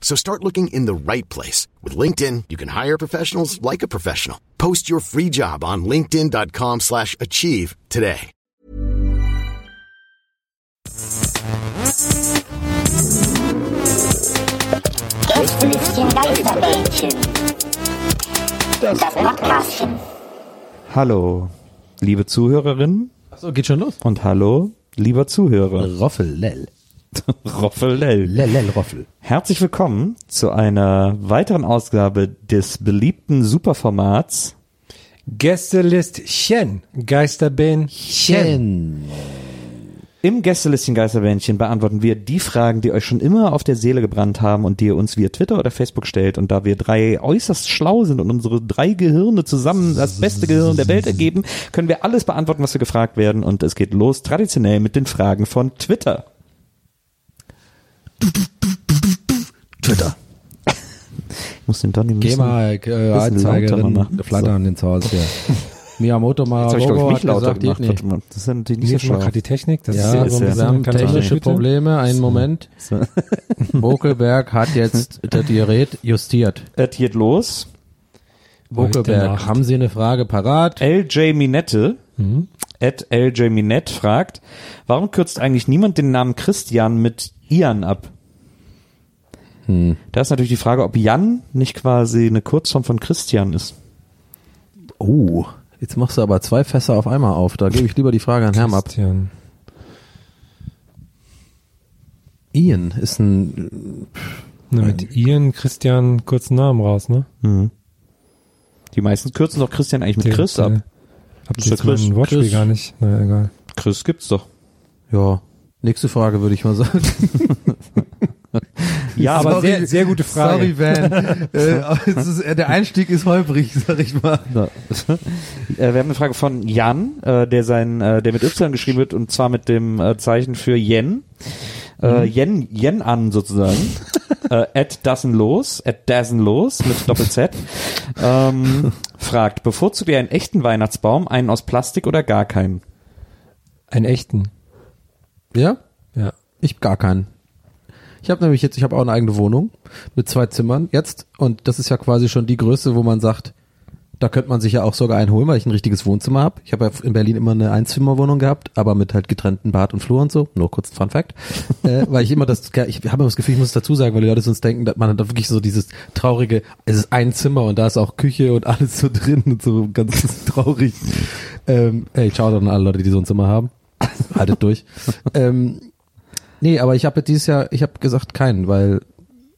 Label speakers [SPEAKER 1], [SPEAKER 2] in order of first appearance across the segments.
[SPEAKER 1] So start looking in the right place. With LinkedIn, you can hire professionals like a professional. Post your free job on linkedin.com slash achieve today.
[SPEAKER 2] Jetzt willst Geistermädchen. Das Podcastchen.
[SPEAKER 3] Hallo, liebe Zuhörerinnen
[SPEAKER 4] So, geht schon los.
[SPEAKER 3] und hallo, lieber Zuhörer.
[SPEAKER 4] Roffel, lell.
[SPEAKER 3] Roffelell.
[SPEAKER 4] Lell, lell, Roffel.
[SPEAKER 3] Herzlich willkommen zu einer weiteren Ausgabe des beliebten Superformats.
[SPEAKER 5] Gästelistchen, Geisterbähnchen.
[SPEAKER 3] Im Gästelistchen Geisterbändchen beantworten wir die Fragen, die euch schon immer auf der Seele gebrannt haben und die ihr uns via Twitter oder Facebook stellt. Und da wir drei äußerst schlau sind und unsere drei Gehirne zusammen das beste Gehirn der Welt ergeben, können wir alles beantworten, was wir gefragt werden. Und es geht los traditionell mit den Fragen von Twitter.
[SPEAKER 4] Twitter.
[SPEAKER 3] Ich muss den Donny ein
[SPEAKER 5] Geh
[SPEAKER 3] bisschen-
[SPEAKER 5] mal, äh,
[SPEAKER 3] lauter
[SPEAKER 5] Anzeigerin,
[SPEAKER 3] machen.
[SPEAKER 5] flattern ins Haus hier. Miyamoto
[SPEAKER 3] Jetzt habe ich, glaube
[SPEAKER 5] Marabobo
[SPEAKER 3] ich, mich
[SPEAKER 5] hat
[SPEAKER 3] lauter
[SPEAKER 5] gesagt,
[SPEAKER 3] gemacht.
[SPEAKER 5] geht
[SPEAKER 3] Warte
[SPEAKER 5] nicht.
[SPEAKER 3] mal, Das ist ja natürlich
[SPEAKER 5] Hier
[SPEAKER 3] nicht
[SPEAKER 5] ist
[SPEAKER 3] so
[SPEAKER 5] schon gerade
[SPEAKER 3] schlau.
[SPEAKER 5] die Technik. Das
[SPEAKER 3] Ja,
[SPEAKER 5] ja,
[SPEAKER 3] ist
[SPEAKER 5] ist
[SPEAKER 3] ja-
[SPEAKER 5] wir haben
[SPEAKER 3] Technik.
[SPEAKER 5] technische
[SPEAKER 3] Bitte.
[SPEAKER 5] Probleme. Einen Moment. Bokelberg hat jetzt das Gerät justiert.
[SPEAKER 3] Es geht los.
[SPEAKER 5] Bokelberg, haben Sie eine Frage parat?
[SPEAKER 3] LJ Minette, at LJ Minette fragt, warum kürzt eigentlich niemand den Namen Christian mit Ian ab? Da ist natürlich die Frage, ob Jan nicht quasi eine Kurzform von Christian ist.
[SPEAKER 5] Oh, jetzt machst du aber zwei Fässer auf einmal auf. Da gebe ich lieber die Frage an Herrn ab.
[SPEAKER 4] Christian.
[SPEAKER 5] Ian ist ein,
[SPEAKER 4] Na, mit Ian, Christian, kurzen Namen raus, ne?
[SPEAKER 3] Die meisten kürzen doch Christian eigentlich mit
[SPEAKER 4] Der-
[SPEAKER 3] Chris
[SPEAKER 4] der-
[SPEAKER 3] ab.
[SPEAKER 4] Hab
[SPEAKER 3] Ist
[SPEAKER 4] ich
[SPEAKER 3] der
[SPEAKER 4] jetzt mein
[SPEAKER 3] Chris.
[SPEAKER 4] Wortspiel
[SPEAKER 3] Chris.
[SPEAKER 4] gar nicht. Na, egal.
[SPEAKER 3] Chris gibt's doch.
[SPEAKER 5] ja, nächste Frage würde ich mal sagen.
[SPEAKER 3] Ja, aber
[SPEAKER 4] sehr- sehr gute Frage.
[SPEAKER 5] Ah, Sorry, Van. äh, aber es ist, äh, der Einstieg ist holprig, sag ich mal.
[SPEAKER 3] So. Äh, Wir haben eine Frage von Jan, äh, der sein, äh, der mit Y geschrieben wird und zwar mit dem äh, Zeichen für Yen. Äh, Yen, Yen an sozusagen. äh, at dassen los, at dassen los mit Doppel Z. Ähm, fragt, bevorzugt ihr einen echten Weihnachtsbaum, einen aus Plastik oder gar keinen?
[SPEAKER 4] Einen echten.
[SPEAKER 5] Ja?
[SPEAKER 4] Ja.
[SPEAKER 5] Ich hab gar keinen. Ich habe nämlich jetzt, ich habe auch eine eigene Wohnung mit zwei Zimmern jetzt und das ist ja quasi schon die Größe, wo man sagt, da könnte man sich ja auch sogar einen holen, weil ich ein richtiges Wohnzimmer habe. Ich habe ja in Berlin immer eine Einzimmerwohnung gehabt, aber mit halt getrennten Bad und Flur und so. Nur kurz ein Fun Fact. äh, weil ich immer das, ich habe immer das Gefühl, ich muss es dazu sagen, weil die Leute sonst denken, dass man da wirklich so dieses traurige, es ist ein Zimmer und da ist auch Küche und alles so drin und so ganz traurig. Ähm, ey, ciao dann an alle Leute, die so ein Zimmer haben. Haltet durch. ähm, Nee, aber ich habe dieses Jahr, ich habe gesagt keinen, weil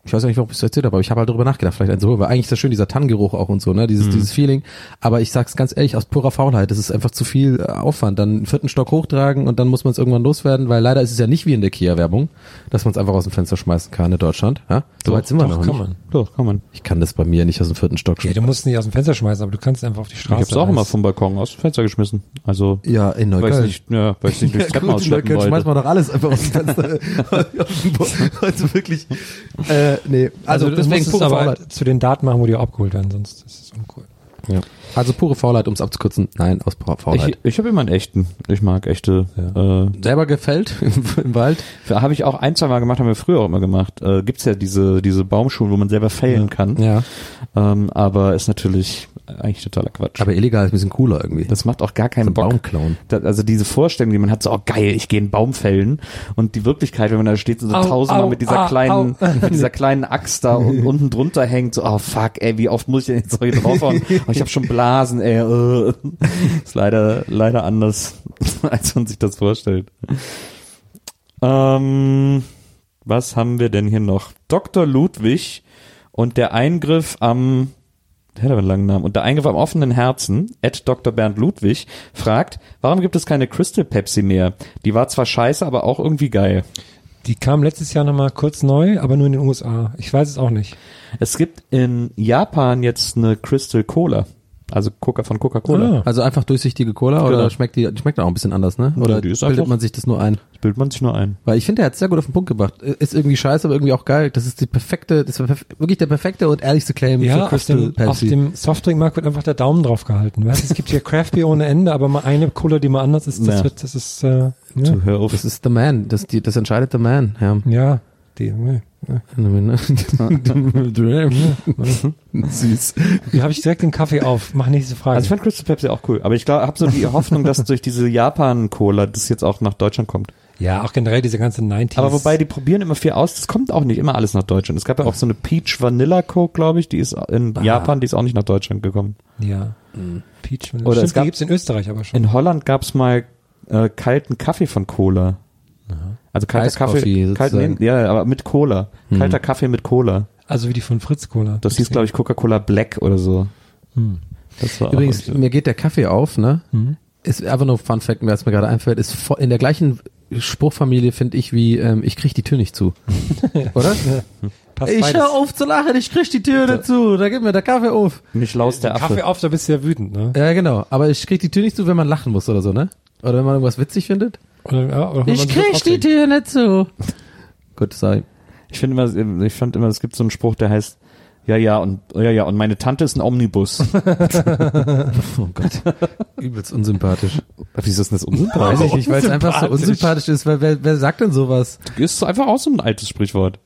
[SPEAKER 5] ich weiß ja nicht, warum ich es erzählt habe, aber ich habe halt darüber nachgedacht, vielleicht einen zu holen, weil eigentlich ist das schön, dieser Tannengeruch auch und so, ne, dieses, dieses Feeling. Aber ich sag's ganz ehrlich, aus purer Faulheit, das ist einfach zu viel äh, Aufwand. Dann einen vierten Stock hochtragen und dann muss man es irgendwann loswerden, weil leider ist es ja nicht wie in der Kia-Werbung, dass man es einfach aus dem Fenster schmeißen kann in Deutschland. Ja? So weit sind wir
[SPEAKER 4] doch,
[SPEAKER 5] noch
[SPEAKER 4] kann
[SPEAKER 5] nicht.
[SPEAKER 4] man.
[SPEAKER 3] Doch, kann man.
[SPEAKER 5] Ich kann das bei mir nicht aus dem vierten Stock
[SPEAKER 4] Ja,
[SPEAKER 5] schmeißen.
[SPEAKER 4] du musst nicht aus dem Fenster schmeißen, aber du kannst einfach auf die
[SPEAKER 3] Ich
[SPEAKER 4] Straße.
[SPEAKER 3] hab's auch immer
[SPEAKER 4] als-
[SPEAKER 3] vom Balkon aus dem Fenster geschmissen. Also,
[SPEAKER 5] Ja, in
[SPEAKER 3] weil ich
[SPEAKER 5] Neukölln.
[SPEAKER 3] nicht, ja, weil ich nicht durchs Treppenhaus
[SPEAKER 5] gut, in
[SPEAKER 3] schleppen
[SPEAKER 5] Neukölln schmeißt
[SPEAKER 3] wollte.
[SPEAKER 5] man doch alles einfach aus dem Fenster. also wirklich, äh, nee.
[SPEAKER 4] Also,
[SPEAKER 5] Also,
[SPEAKER 4] du
[SPEAKER 5] deswegen
[SPEAKER 4] musst es
[SPEAKER 5] pure
[SPEAKER 4] aber
[SPEAKER 5] Faulheit.
[SPEAKER 4] halt zu den Daten machen, wo die auch abgeholt werden, sonst ist es uncool.
[SPEAKER 5] Ja. Also pure Faulheit, um es abzukürzen. Nein, aus purer Faulheit.
[SPEAKER 3] Ich, ich habe immer einen echten. Ich mag echte. Äh,
[SPEAKER 5] selber gefällt im, im Wald.
[SPEAKER 3] Habe ich auch ein, zwei Mal gemacht, haben wir früher auch immer gemacht. Äh, gibt's ja diese, diese Baumschulen, wo man selber fällen kann.
[SPEAKER 5] Ja.
[SPEAKER 3] Ähm, aber ist natürlich eigentlich totaler Quatsch.
[SPEAKER 5] Aber illegal ist ein bisschen cooler irgendwie.
[SPEAKER 3] das macht auch gar keinen Bock.
[SPEAKER 5] Baum klauen.
[SPEAKER 3] Da, also diese Vorstellung, die man hat, so, oh geil, ich gehe einen Baum fällen. Und die Wirklichkeit, wenn man da steht, so
[SPEAKER 4] Au,
[SPEAKER 3] tausendmal
[SPEAKER 4] au,
[SPEAKER 3] mit dieser
[SPEAKER 4] ah,
[SPEAKER 3] kleinen, mit dieser kleinen Axt da un- unten drunter hängt, so, oh fuck, ey, wie oft muss ich denn jetzt noch hier draufhauen? Oh, ich habe schon Blasen, ey. äh. Ist leider, leider anders, als man sich das vorstellt. Ähm, was haben wir denn hier noch? Dr. Ludwig und der Eingriff am der hat aber einen langen Namen. Und der Eingriff am offenen Herzen, Ed Dr. Bernd Ludwig, fragt, warum gibt es keine Crystal Pepsi mehr? Die war zwar scheiße, aber auch irgendwie geil.
[SPEAKER 4] Die kam letztes Jahr nochmal kurz neu, aber nur in den USA. Ich weiß es auch nicht.
[SPEAKER 3] Es gibt in Japan jetzt eine Crystal Cola. Also Coca von Coca-Cola.
[SPEAKER 4] Ah.
[SPEAKER 5] Also einfach durchsichtige Cola oder
[SPEAKER 3] Genau.
[SPEAKER 5] schmeckt die, die schmeckt auch ein bisschen anders, ne? Oder
[SPEAKER 3] Ja, die ist
[SPEAKER 5] bildet
[SPEAKER 3] einfach-
[SPEAKER 5] man sich das nur ein?
[SPEAKER 3] Das bildet man sich nur ein.
[SPEAKER 5] Weil ich finde, er hat sehr gut auf den Punkt gebracht. Ist irgendwie scheiße, aber irgendwie auch geil. Das ist die perfekte, das war perf- wirklich der perfekte und ehrlichste Claim
[SPEAKER 4] Ja,
[SPEAKER 5] für
[SPEAKER 4] auf
[SPEAKER 5] Crystal
[SPEAKER 4] dem, auf
[SPEAKER 5] Pepsi.
[SPEAKER 4] dem Softdrinkmarkt wird einfach der Daumen drauf gehalten. Weißt, du, es gibt hier Craft Beer ohne Ende, aber mal eine Cola, die mal anders ist, das
[SPEAKER 3] Ja.
[SPEAKER 4] wird, das ist, äh, ja,
[SPEAKER 3] Du, hör auf.
[SPEAKER 5] das ist the man, das, die, das entscheidet the man, ja.
[SPEAKER 4] ja, die, ne.
[SPEAKER 5] Süß.
[SPEAKER 4] Hier habe ich direkt den Kaffee auf. Mach nächste Frage.
[SPEAKER 3] Also ich fand Crystal Pepsi auch cool. Aber ich glaube, habe so die Hoffnung, dass durch diese Japan-Cola das jetzt auch nach Deutschland kommt.
[SPEAKER 4] ja, auch generell diese ganze 90s.
[SPEAKER 3] Aber wobei, die probieren immer viel aus. Das kommt auch nicht immer alles nach Deutschland. Es gab ja auch so eine Peach Vanilla Coke, glaube ich. Die ist in Japan, die ist auch nicht nach Deutschland gekommen.
[SPEAKER 4] ja. Peach Vanilla.
[SPEAKER 3] Oder
[SPEAKER 4] Stimmt,
[SPEAKER 3] es gab-
[SPEAKER 4] die gibt's in Österreich aber schon.
[SPEAKER 3] In Holland gab's mal äh, kalten Kaffee von Cola. Also kalter
[SPEAKER 5] Eiskaffee
[SPEAKER 3] Kaffee, kalten,
[SPEAKER 5] sozusagen.
[SPEAKER 3] nee, ja, aber mit Cola. Kalter Kaffee mit Cola.
[SPEAKER 4] also wie die von Fritz Cola.
[SPEAKER 3] Das hieß, glaube ich, Coca-Cola Black oder so. Hm. Das war auch
[SPEAKER 5] Übrigens,
[SPEAKER 3] irgendwie-
[SPEAKER 5] mir geht der Kaffee auf, ne? Ist einfach nur Fun Fact, was mir gerade einfällt, ist vo- in der gleichen Spruchfamilie finde ich wie, ähm, ich krieg die Tür nicht zu. Oder?
[SPEAKER 4] Passt
[SPEAKER 5] Ich
[SPEAKER 4] beides.
[SPEAKER 5] hör auf zu lachen, ich krieg die Tür nicht zu, da gibt mir der Kaffee auf.
[SPEAKER 3] mich laust der
[SPEAKER 4] Kaffee
[SPEAKER 3] Affe.
[SPEAKER 4] auf, da bist du ja wütend, ne?
[SPEAKER 5] Ja, genau. Aber ich krieg die Tür nicht zu, wenn man lachen muss oder so, ne? Oder wenn man irgendwas witzig findet.
[SPEAKER 4] Oder, ja, oder wenn man
[SPEAKER 5] Ich
[SPEAKER 4] sich
[SPEAKER 5] krieg die
[SPEAKER 4] aufregt.
[SPEAKER 5] Tür nicht zu. Gut, sei.
[SPEAKER 3] Ich finde immer, ich fand immer, es gibt so einen Spruch, der heißt, ja, ja, und, oh, ja, ja, und meine Tante ist ein Omnibus.
[SPEAKER 5] Oh Gott. Übelst unsympathisch.
[SPEAKER 3] Wieso ist denn das Also, unsympathisch?
[SPEAKER 5] Weiß ich nicht, weil es einfach so unsympathisch ist, weil wer, wer sagt denn sowas?
[SPEAKER 3] Ist einfach auch so ein altes Sprichwort.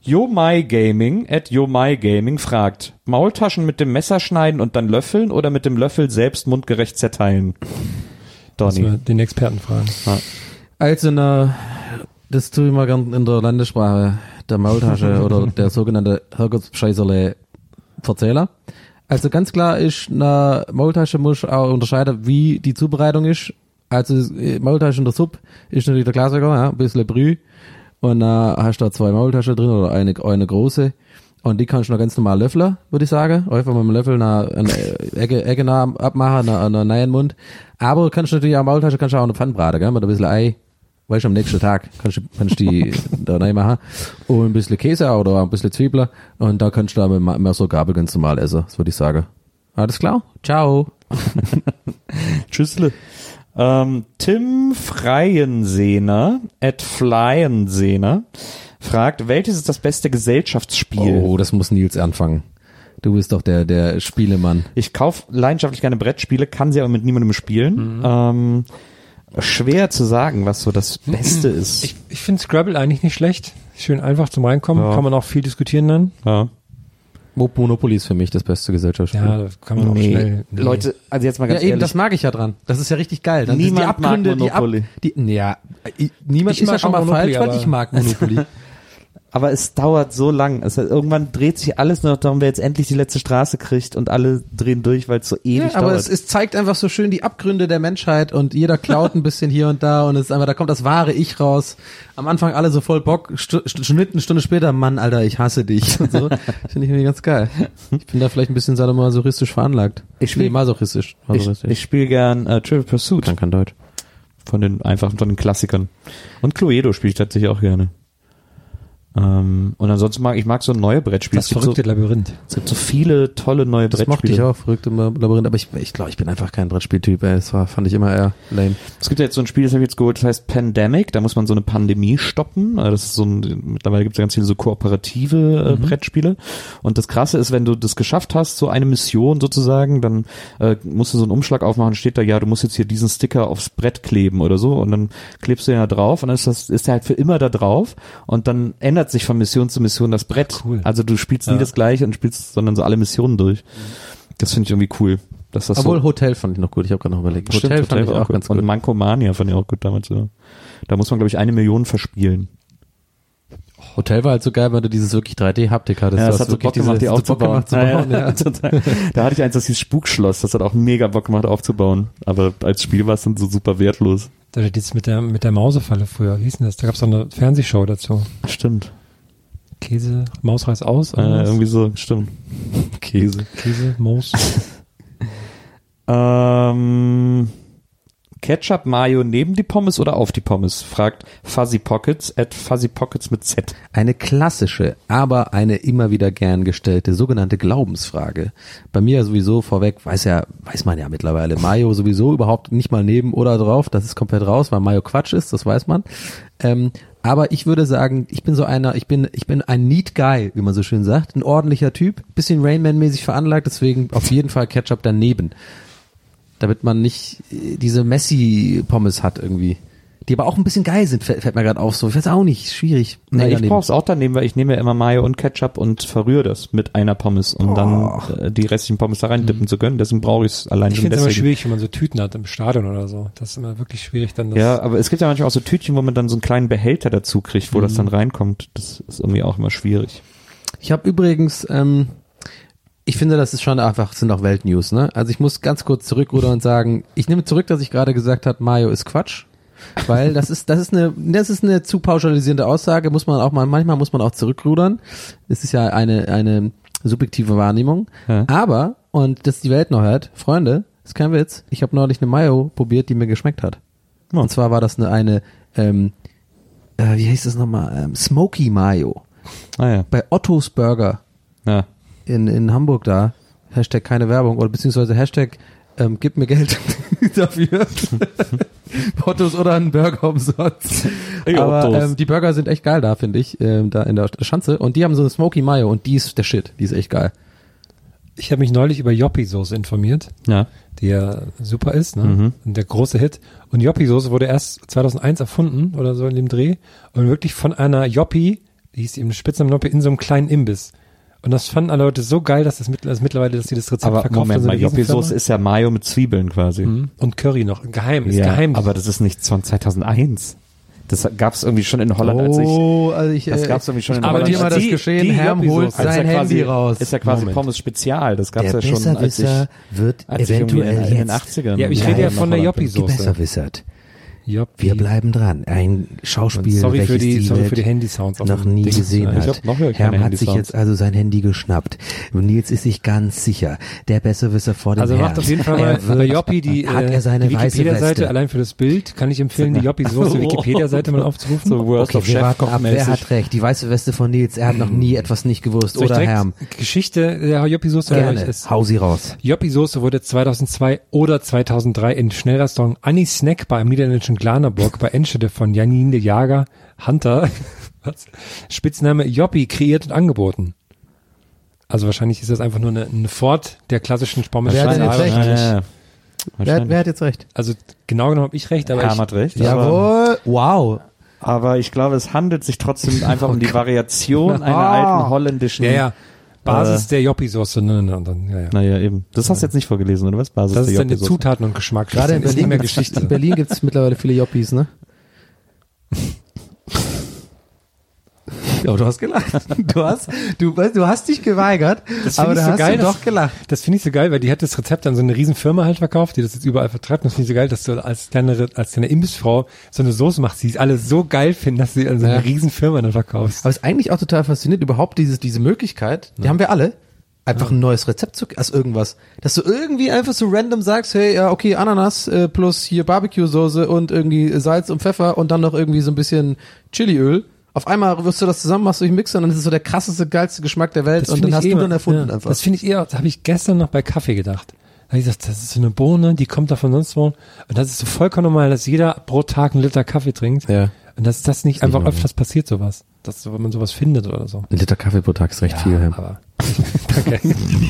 [SPEAKER 3] Yo My Gaming at Yo My Gaming fragt, Maultaschen mit dem Messer schneiden und dann löffeln oder mit dem Löffel selbst mundgerecht zerteilen?
[SPEAKER 4] Müssen wir
[SPEAKER 3] Donny.
[SPEAKER 4] den Experten fragen.
[SPEAKER 5] Also, na, das tue ich mal gern in der Landessprache, der Maultasche oder der sogenannte Herrgottsscheißerle Verzähler. Also ganz klar ist, na, Maultasche muss auch unterscheiden, wie die Zubereitung ist. Also äh, Maultasche in der Suppe ist natürlich der Klassiker, ja, ein bisschen Brühe. Und da hast du da zwei Maultaschen drin oder eine, eine große. Und die kannst du noch ganz normal löffeln, würde ich sagen. Einfach mit dem Löffel nach, an der Ecke, Ecke nah abmachen, nach, nach neuen Mund. Aber kannst du natürlich auch Maultasche, kannst du auch eine Pfanne braten, gell, mit ein bisschen Ei. Weißt du, am nächsten Tag kannst du, kannst du die da reinmachen. Und ein bisschen Käse oder ein bisschen Zwiebeln. Und da kannst du da mit Ma- Messer und Gabel ganz normal essen, das würde ich sagen. Alles klar? Ciao.
[SPEAKER 3] Tschüssle. Ähm, Tim Freiensener at Flyensener fragt, welches ist das beste Gesellschaftsspiel?
[SPEAKER 5] Oh, das muss Nils anfangen. Du bist doch der, der Spielemann.
[SPEAKER 3] Ich kauf leidenschaftlich gerne Brettspiele, kann sie aber mit niemandem spielen. Ähm, schwer zu sagen, was so das Beste ist.
[SPEAKER 4] Ich, ich finde Scrabble eigentlich nicht schlecht. Schön einfach zum Reinkommen.
[SPEAKER 3] Ja.
[SPEAKER 4] Kann man auch viel diskutieren dann.
[SPEAKER 3] ja.
[SPEAKER 5] Monopoly ist für mich das beste Gesellschaftsspiel.
[SPEAKER 4] Ja, da kann man auch
[SPEAKER 3] nee.
[SPEAKER 4] schnell. nee.
[SPEAKER 3] Leute, also jetzt mal
[SPEAKER 5] Ja,
[SPEAKER 3] ganz
[SPEAKER 5] eben,
[SPEAKER 3] ehrlich.
[SPEAKER 5] das mag ich ja dran. Das ist ja richtig geil. Dann
[SPEAKER 3] Niemand
[SPEAKER 5] die Abgründe,
[SPEAKER 3] mag Monopoly.
[SPEAKER 5] Die Ab, die, ja, ich, niemand
[SPEAKER 4] Ich
[SPEAKER 5] ist ja
[SPEAKER 4] mag
[SPEAKER 5] schon
[SPEAKER 4] auch
[SPEAKER 5] mal
[SPEAKER 4] Monopoly,
[SPEAKER 5] falsch, weil
[SPEAKER 4] aber-
[SPEAKER 5] ich mag Monopoly.
[SPEAKER 3] Aber es dauert so lang. Es, irgendwann dreht sich alles nur noch darum, wer jetzt endlich die letzte Straße kriegt und alle drehen durch, weil es so ewig
[SPEAKER 5] aber
[SPEAKER 3] dauert.
[SPEAKER 5] es, es zeigt einfach so schön die Abgründe der Menschheit und jeder klaut ein bisschen hier und da und es ist einfach, da kommt das wahre Ich raus. Am Anfang alle so voll Bock, Stu- Stu- Schnitt eine Stunde später, Mann, Alter, ich hasse dich und so. Finde ich irgendwie ganz geil. Ich bin da vielleicht ein bisschen sadomasochistisch veranlagt.
[SPEAKER 3] Ich spiel-
[SPEAKER 5] nee, masochistisch.
[SPEAKER 3] ich
[SPEAKER 5] masochistisch.
[SPEAKER 3] ich spiele gern äh, Trivial Pursuit.
[SPEAKER 5] kann Deutsch.
[SPEAKER 3] Von den einfachen, von den Klassikern. Und Cluedo spiele ich tatsächlich auch gerne. Ähm, und ansonsten mag ich mag so neue Brettspiele.
[SPEAKER 4] das
[SPEAKER 3] Es gibt so,
[SPEAKER 4] verrückte Labyrinth.
[SPEAKER 3] es gibt so viele tolle neue
[SPEAKER 5] Das mochte
[SPEAKER 3] Brettspiele.
[SPEAKER 5] ich auch, verrückte Labyrinth, aber ich, ich glaube, ich bin einfach kein Brettspieltyp, ey. Das war, fand ich immer eher lame.
[SPEAKER 3] Es gibt ja jetzt so ein Spiel, das habe ich jetzt geholt, das heißt Pandemic. Da muss man so eine Pandemie stoppen. Also Das ist so ein, mittlerweile gibt es ja ganz viele so kooperative äh, Brettspiele. Und das Krasse ist, wenn du das geschafft hast, so eine Mission sozusagen, dann äh, musst du so einen Umschlag aufmachen, steht da, ja, du musst jetzt hier diesen Sticker aufs Brett kleben oder so. Und dann klebst du den da drauf und dann ist, das, ist der halt für immer da drauf. Und dann ändert sich von Mission zu Mission das Brett.
[SPEAKER 4] Cool.
[SPEAKER 3] Also du spielst nie das gleiche und spielst, sondern so alle Missionen durch. Das finde ich irgendwie cool. Dass das
[SPEAKER 5] Obwohl
[SPEAKER 3] so
[SPEAKER 5] Hotel fand ich noch gut, ich habe gerade noch überlegt.
[SPEAKER 3] Stimmt,
[SPEAKER 5] Hotel fand ich
[SPEAKER 3] war
[SPEAKER 5] auch ganz
[SPEAKER 3] Und
[SPEAKER 5] gut.
[SPEAKER 3] Mankomania fand ich auch gut damals. Ja. Da muss man, glaube ich, eine Million verspielen.
[SPEAKER 5] Hotel war halt so geil, weil du dieses wirklich 3D-Haptik hattest.
[SPEAKER 3] Ja,
[SPEAKER 5] Du
[SPEAKER 3] das
[SPEAKER 5] hast
[SPEAKER 3] hat so
[SPEAKER 5] wirklich
[SPEAKER 3] Bock gemacht, die
[SPEAKER 5] diese- so Bock
[SPEAKER 3] aufzubauen. Ah,
[SPEAKER 5] gemacht zu
[SPEAKER 3] Ja,
[SPEAKER 5] bauen.
[SPEAKER 3] ja,
[SPEAKER 5] Ja,
[SPEAKER 3] total. Da hatte ich eins, das hieß Spukschloss. Das hat auch mega Bock gemacht aufzubauen. Aber als Spiel war es dann so super wertlos.
[SPEAKER 4] Da war dieses mit der, mit der Mausefalle früher. Wie hieß denn das? Da gab es doch eine Fernsehshow dazu.
[SPEAKER 3] Stimmt.
[SPEAKER 4] Käse, Maus reißt aus.
[SPEAKER 3] Äh,
[SPEAKER 4] anders.
[SPEAKER 3] irgendwie so, stimmt. Käse.
[SPEAKER 4] Käse, Maus.
[SPEAKER 3] Ähm, Ketchup Mayo neben die Pommes oder auf die Pommes? Fragt Fuzzy Pockets at Fuzzy Pockets mit Z.
[SPEAKER 5] Eine klassische, aber eine immer wieder gern gestellte sogenannte Glaubensfrage. Bei mir sowieso vorweg, weiß ja, weiß man ja mittlerweile, Mayo sowieso überhaupt nicht mal neben oder drauf, das ist komplett raus, weil Mayo Quatsch ist, das weiß man. Ähm, aber ich würde sagen, ich bin so einer, ich bin, ich bin ein neat guy, wie man so schön sagt, ein ordentlicher Typ, bisschen Rainman-mäßig veranlagt, deswegen auf jeden Fall Ketchup daneben. Damit man nicht äh, diese Messi-Pommes hat irgendwie. Die aber auch ein bisschen geil sind, fällt fällt mir gerade auf so. Ich weiß auch nicht, schwierig.
[SPEAKER 3] Nee, ich
[SPEAKER 5] daneben.
[SPEAKER 3] brauch's auch daneben, weil ich nehme ja immer Mayo und Ketchup und verrühre das mit einer Pommes, um dann äh, die restlichen Pommes da reindippen zu können. Deswegen brauche ich's allein
[SPEAKER 4] Ich
[SPEAKER 3] schon
[SPEAKER 4] finde es immer
[SPEAKER 3] deswegen.
[SPEAKER 4] schwierig, wenn man so Tüten hat im Stadion oder so. Das ist immer wirklich schwierig, dann das.
[SPEAKER 3] Ja, aber es gibt ja manchmal auch so Tütchen, wo man dann so einen kleinen Behälter dazu kriegt, wo das dann reinkommt. Das ist irgendwie auch immer schwierig.
[SPEAKER 5] Ich habe übrigens, ähm, ich finde, das ist schon einfach, sind auch Weltnews, ne? Also ich muss ganz kurz zurückrudern und sagen, ich nehme zurück, dass ich gerade gesagt habe, Mayo ist Quatsch. Weil das ist, das ist eine, das ist eine zu pauschalisierende Aussage, muss man auch mal, manchmal muss man auch zurückrudern. Es ist ja eine, eine subjektive Wahrnehmung. Aber, und dass die Welt noch hört, Freunde, ist kein Witz, ich habe neulich eine Mayo probiert, die mir geschmeckt hat.
[SPEAKER 3] Ja.
[SPEAKER 5] Und zwar war das eine, eine ähm, äh, wie hieß das nochmal, ähm, Smoky Mayo.
[SPEAKER 3] Ah ja.
[SPEAKER 5] Bei Ottos Burger
[SPEAKER 3] ja.
[SPEAKER 5] in, in Hamburg da. Hashtag keine Werbung oder beziehungsweise Hashtag ähm, gib mir Geld dafür. Portos oder einen Burger umsonst.
[SPEAKER 3] Ey,
[SPEAKER 5] Aber
[SPEAKER 3] Ottos.
[SPEAKER 5] ähm, die Burger sind echt geil da, finde ich, ähm, da in der Schanze. Und die haben so eine Smoky Mayo und die ist der Shit. Die ist echt geil.
[SPEAKER 4] Ich habe mich neulich über Joppi-Soße informiert,
[SPEAKER 3] Ja.
[SPEAKER 4] die ja super ist, ne?
[SPEAKER 5] Mhm.
[SPEAKER 4] Und der große Hit. Und Joppi-Soße wurde erst 2001 erfunden oder so in dem Dreh. Und wirklich von einer Joppi, die hieß eben Spitznamen Joppi, in so einem kleinen Imbiss. Und das fanden alle Leute so geil, dass das mittler- dass mittlerweile, dass sie das Rezept
[SPEAKER 3] Aber
[SPEAKER 4] verkauft haben,
[SPEAKER 3] Moment
[SPEAKER 4] so
[SPEAKER 3] mal,
[SPEAKER 4] eine
[SPEAKER 3] Joppi-Soße
[SPEAKER 4] Riesenfirma.
[SPEAKER 3] ist ja Mayo mit Zwiebeln quasi.
[SPEAKER 4] Und Curry noch. Geheim, ist
[SPEAKER 3] ja,
[SPEAKER 4] geheim.
[SPEAKER 3] aber das Mhm. ist nicht von 2001. Das gab's irgendwie schon in Holland, als ich...
[SPEAKER 5] also ich,
[SPEAKER 3] Das gab's nämlich schon in
[SPEAKER 5] aber
[SPEAKER 3] Holland.
[SPEAKER 5] die, mal das
[SPEAKER 3] Die-
[SPEAKER 5] geschehen,
[SPEAKER 3] die
[SPEAKER 5] Herm
[SPEAKER 3] Joppi-Soße.
[SPEAKER 5] holt
[SPEAKER 3] Als er
[SPEAKER 5] sein
[SPEAKER 3] quasi-
[SPEAKER 5] Handy raus.
[SPEAKER 3] Ist ja quasi
[SPEAKER 4] Moment.
[SPEAKER 3] Pommes Spezial. Das gab's ja schon, als ich,
[SPEAKER 5] Besserwisser wird
[SPEAKER 3] als ich irgendwie in den 80ern...
[SPEAKER 4] ja, ich
[SPEAKER 3] in
[SPEAKER 4] rede ja
[SPEAKER 3] Holland
[SPEAKER 4] von der
[SPEAKER 3] war.
[SPEAKER 4] Joppi-Soße.
[SPEAKER 5] Besserwissert.
[SPEAKER 4] Joppi.
[SPEAKER 5] Wir bleiben dran. Ein Schauspiel,
[SPEAKER 4] Sorry für
[SPEAKER 5] welches
[SPEAKER 4] die- sorry
[SPEAKER 5] Welt
[SPEAKER 4] für die Handysounds auf
[SPEAKER 5] noch
[SPEAKER 4] dem
[SPEAKER 5] nie
[SPEAKER 4] Ding.
[SPEAKER 5] gesehen
[SPEAKER 3] Ich
[SPEAKER 5] hat.
[SPEAKER 3] hab noch höre ich keine
[SPEAKER 5] Herm hat sich
[SPEAKER 3] Handysounds.
[SPEAKER 5] jetzt also sein Handy geschnappt. Nils ist sich ganz sicher, der Besserwisser vor dem
[SPEAKER 4] Also
[SPEAKER 5] Herrn.
[SPEAKER 4] macht auf jeden Fall mal
[SPEAKER 5] Er
[SPEAKER 4] bei
[SPEAKER 5] wird-
[SPEAKER 4] Joppi die,
[SPEAKER 5] hat
[SPEAKER 4] äh,
[SPEAKER 5] er seine
[SPEAKER 4] die
[SPEAKER 5] weiße
[SPEAKER 4] Wikipedia-Seite,
[SPEAKER 5] Weste.
[SPEAKER 4] allein für das Bild, kann ich empfehlen, die Joppi-Soße Wikipedia-Seite mal aufzurufen.
[SPEAKER 3] So Worst
[SPEAKER 5] Okay,
[SPEAKER 3] of
[SPEAKER 5] wir
[SPEAKER 3] Chef
[SPEAKER 5] warten ab, wer
[SPEAKER 3] kochmäßig.
[SPEAKER 5] hat recht? Die weiße Weste von Nils, er hat noch nie etwas nicht gewusst.
[SPEAKER 4] Soll ich
[SPEAKER 5] Oder
[SPEAKER 4] direkt
[SPEAKER 5] Herm.
[SPEAKER 4] Geschichte der Joppi-Soße oder soll
[SPEAKER 5] Gerne,
[SPEAKER 4] ich es-
[SPEAKER 5] hau sie raus.
[SPEAKER 4] Joppi-Soße wurde 2002 oder 2003 in Schnellrestaurant Annie Snack bei im niederländischen Glanerburg bei Enschede von Janine de Jager Hunter, was? Spitzname Joppi, kreiert und angeboten. Also wahrscheinlich ist das einfach nur eine, eine Fort der klassischen Pommes.
[SPEAKER 5] Wer hat denn jetzt
[SPEAKER 4] Wahrscheinlich.
[SPEAKER 5] recht?
[SPEAKER 3] Ja, ja.
[SPEAKER 5] Wer, wer hat jetzt recht?
[SPEAKER 4] Also genau genommen habe ich recht, aber
[SPEAKER 3] Herm
[SPEAKER 4] ich,
[SPEAKER 3] hat recht. aber-
[SPEAKER 5] Jawohl. Wow.
[SPEAKER 3] Aber ich glaube, es handelt sich trotzdem einfach um die Variation einer alten holländischen.
[SPEAKER 4] Oh Ah. Ja, ja.
[SPEAKER 3] Äh.
[SPEAKER 4] Basis der Joppi-Soße. Ne, ne, ne, ja, ja.
[SPEAKER 3] Naja, eben. Das hast du jetzt nicht vorgelesen, oder was? Basis
[SPEAKER 4] Das ist
[SPEAKER 3] der
[SPEAKER 4] dann die
[SPEAKER 3] Joppi-Soße.
[SPEAKER 4] Zutaten und Geschmack.
[SPEAKER 5] Gerade in
[SPEAKER 4] das ist nicht
[SPEAKER 5] Berlin,
[SPEAKER 4] mehr
[SPEAKER 5] in
[SPEAKER 4] Geschichte.
[SPEAKER 5] Berlin gibt's mittlerweile viele Joppis, ne? Ja, aber du hast gelacht. Du hast, du, du hast dich geweigert,
[SPEAKER 4] Das find
[SPEAKER 5] aber
[SPEAKER 4] ich
[SPEAKER 5] da
[SPEAKER 4] so
[SPEAKER 5] hast
[SPEAKER 4] geil,
[SPEAKER 5] du
[SPEAKER 4] dass-
[SPEAKER 5] doch gelacht.
[SPEAKER 4] Das finde ich so geil, weil die hat das Rezept an so eine riesen Firma halt verkauft, die das jetzt überall vertreibt. Und das finde ich so geil, dass du als kleine, als kleine Imbissfrau so eine Soße machst, die alle so geil finden, dass du sie an so eine
[SPEAKER 5] Ja.
[SPEAKER 4] riesen Firma dann verkaufst.
[SPEAKER 5] Aber ist eigentlich auch total faszinierend, überhaupt dieses, diese Möglichkeit, die haben wir alle, einfach ein neues Rezept zu, als irgendwas. Dass du irgendwie einfach so random sagst, hey, ja, okay, Ananas äh, plus hier Barbecue-Soße und irgendwie Salz und Pfeffer und dann noch irgendwie so ein bisschen Chiliöl. Auf einmal wirst du das zusammen, machst du dich mixen und dann ist es so der krasseste, geilste Geschmack der Welt und
[SPEAKER 4] find
[SPEAKER 5] dann
[SPEAKER 4] ich
[SPEAKER 5] hast
[SPEAKER 4] eh
[SPEAKER 5] du
[SPEAKER 4] immer-
[SPEAKER 5] dann erfunden
[SPEAKER 4] ja,
[SPEAKER 5] einfach.
[SPEAKER 4] Das finde ich eher, da habe ich gestern noch bei Kaffee gedacht. Da habe ich gesagt, das ist so eine Bohne, die kommt da von sonst wo. Und das ist so vollkommen normal, dass jeder pro Tag einen Liter Kaffee trinkt.
[SPEAKER 5] Ja.
[SPEAKER 4] Und dass das nicht einfach öfters passiert, sowas. Dass so- wenn man sowas findet oder so.
[SPEAKER 5] Ein Liter Kaffee pro Tag ist recht viel.
[SPEAKER 4] Aber danke.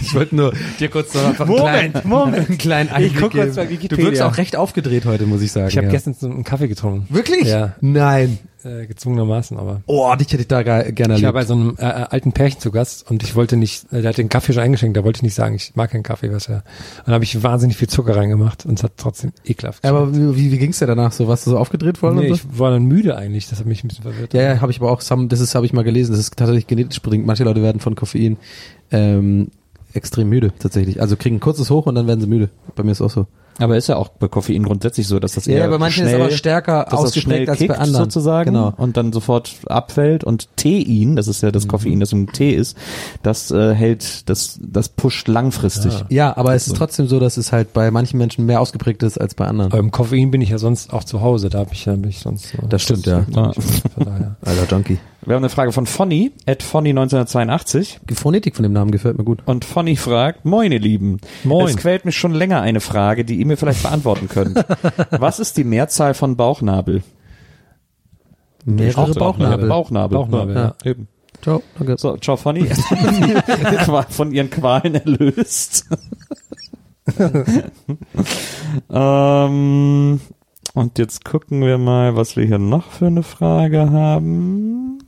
[SPEAKER 5] Ich wollte nur dir kurz noch einfach
[SPEAKER 4] Moment,
[SPEAKER 5] einen kleinen, Moment. Einen kleinen Einblick
[SPEAKER 4] guck kurz
[SPEAKER 5] geben.
[SPEAKER 4] bei Wikipedia.
[SPEAKER 5] Du wirkst auch recht aufgedreht heute, muss ich sagen.
[SPEAKER 4] Ich habe
[SPEAKER 5] ja.
[SPEAKER 4] gestern so einen Kaffee getrunken.
[SPEAKER 5] Wirklich?
[SPEAKER 4] Ja.
[SPEAKER 5] Nein.
[SPEAKER 4] äh, gezwungenermaßen, aber.
[SPEAKER 5] Oh, dich hätte ich da ge- gerne
[SPEAKER 4] Ich war
[SPEAKER 5] erlebt.
[SPEAKER 4] bei so einem äh, äh, alten Pärchen zu Gast und ich wollte nicht, äh, der hat den Kaffee schon eingeschenkt, da wollte ich nicht sagen, ich mag keinen Kaffee, was ja. Und da habe ich wahnsinnig viel Zucker reingemacht und es hat trotzdem ekelhaft.
[SPEAKER 5] Aber wie, wie ging's dir danach so? Warst du so aufgedreht worden?
[SPEAKER 4] nee,
[SPEAKER 5] und so?
[SPEAKER 4] ich war dann müde eigentlich, das hat mich ein bisschen verwirrt.
[SPEAKER 5] Ja, ja, habe ich aber auch, some- das ist habe ich mal gelesen, das ist tatsächlich genetisch bedingt. Manche Leute werden von Koffein ähm, extrem müde tatsächlich. Also kriegen ein kurzes Hoch und dann werden sie müde. Bei mir ist auch so.
[SPEAKER 3] Aber ist ja auch bei Koffein grundsätzlich so, dass das
[SPEAKER 5] Ja,
[SPEAKER 3] eher
[SPEAKER 5] bei manchen ist
[SPEAKER 3] schnell,
[SPEAKER 5] aber stärker
[SPEAKER 3] dass das
[SPEAKER 5] ausgeprägt
[SPEAKER 3] schnell
[SPEAKER 5] als bei
[SPEAKER 3] kickt
[SPEAKER 5] anderen.
[SPEAKER 3] sozusagen
[SPEAKER 5] Genau. Mhm.
[SPEAKER 3] und dann sofort abfällt und Tein, das ist ja das Koffein, das im Tee ist, das äh, hält, das das pusht langfristig.
[SPEAKER 5] Ja, aber es ist trotzdem so, dass es halt bei manchen Menschen mehr ausgeprägt ist als bei anderen.
[SPEAKER 4] Aber im Koffein bin ich ja sonst auch zu Hause, da habe ich ja bin ich sonst. äh,
[SPEAKER 5] Das stimmt, ja.
[SPEAKER 4] Von daher.
[SPEAKER 5] Alter Junkie.
[SPEAKER 3] Wir haben eine Frage von Fonny, at Fonny 1982.
[SPEAKER 5] Die Phonetik von dem Namen gefällt mir gut.
[SPEAKER 3] Und Fonny fragt, moin ihr Lieben.
[SPEAKER 4] Moin.
[SPEAKER 3] Es quält mich schon länger eine Frage, die ihr mir vielleicht beantworten könnt. Was ist die Mehrzahl von Bauchnabel?
[SPEAKER 5] Mehrere
[SPEAKER 3] Auch so.
[SPEAKER 5] Bauchnabel.
[SPEAKER 3] Bauchnabel.
[SPEAKER 4] Bauchnabel,
[SPEAKER 3] ja. Eben.
[SPEAKER 5] Ciao, danke.
[SPEAKER 3] So, ciao Fonny. Qua- Von ihren Qualen erlöst. ähm, und jetzt gucken wir mal, was wir hier noch für eine Frage haben.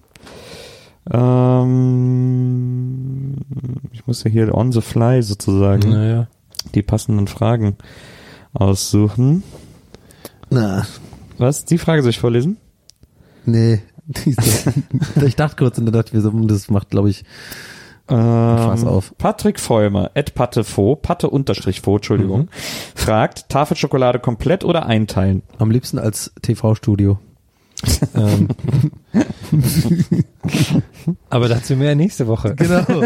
[SPEAKER 3] Ähm, ich muss ja hier on the fly sozusagen
[SPEAKER 4] Naja.
[SPEAKER 3] die passenden Fragen aussuchen.
[SPEAKER 5] Na,
[SPEAKER 3] Was? Die Frage soll ich vorlesen?
[SPEAKER 5] nee. ich dachte kurz und dann dachte ich mir so, hm, das macht, glaube ich, fass
[SPEAKER 3] Ähm,
[SPEAKER 5] auf.
[SPEAKER 3] Patrick Vollmer, at Patte Fo, Patte unterstrich Fo, Entschuldigung, fragt, Tafelschokolade komplett oder einteilen?
[SPEAKER 5] am liebsten als TV-Studio.
[SPEAKER 4] Ähm. Aber dazu mehr nächste Woche.
[SPEAKER 5] Genau.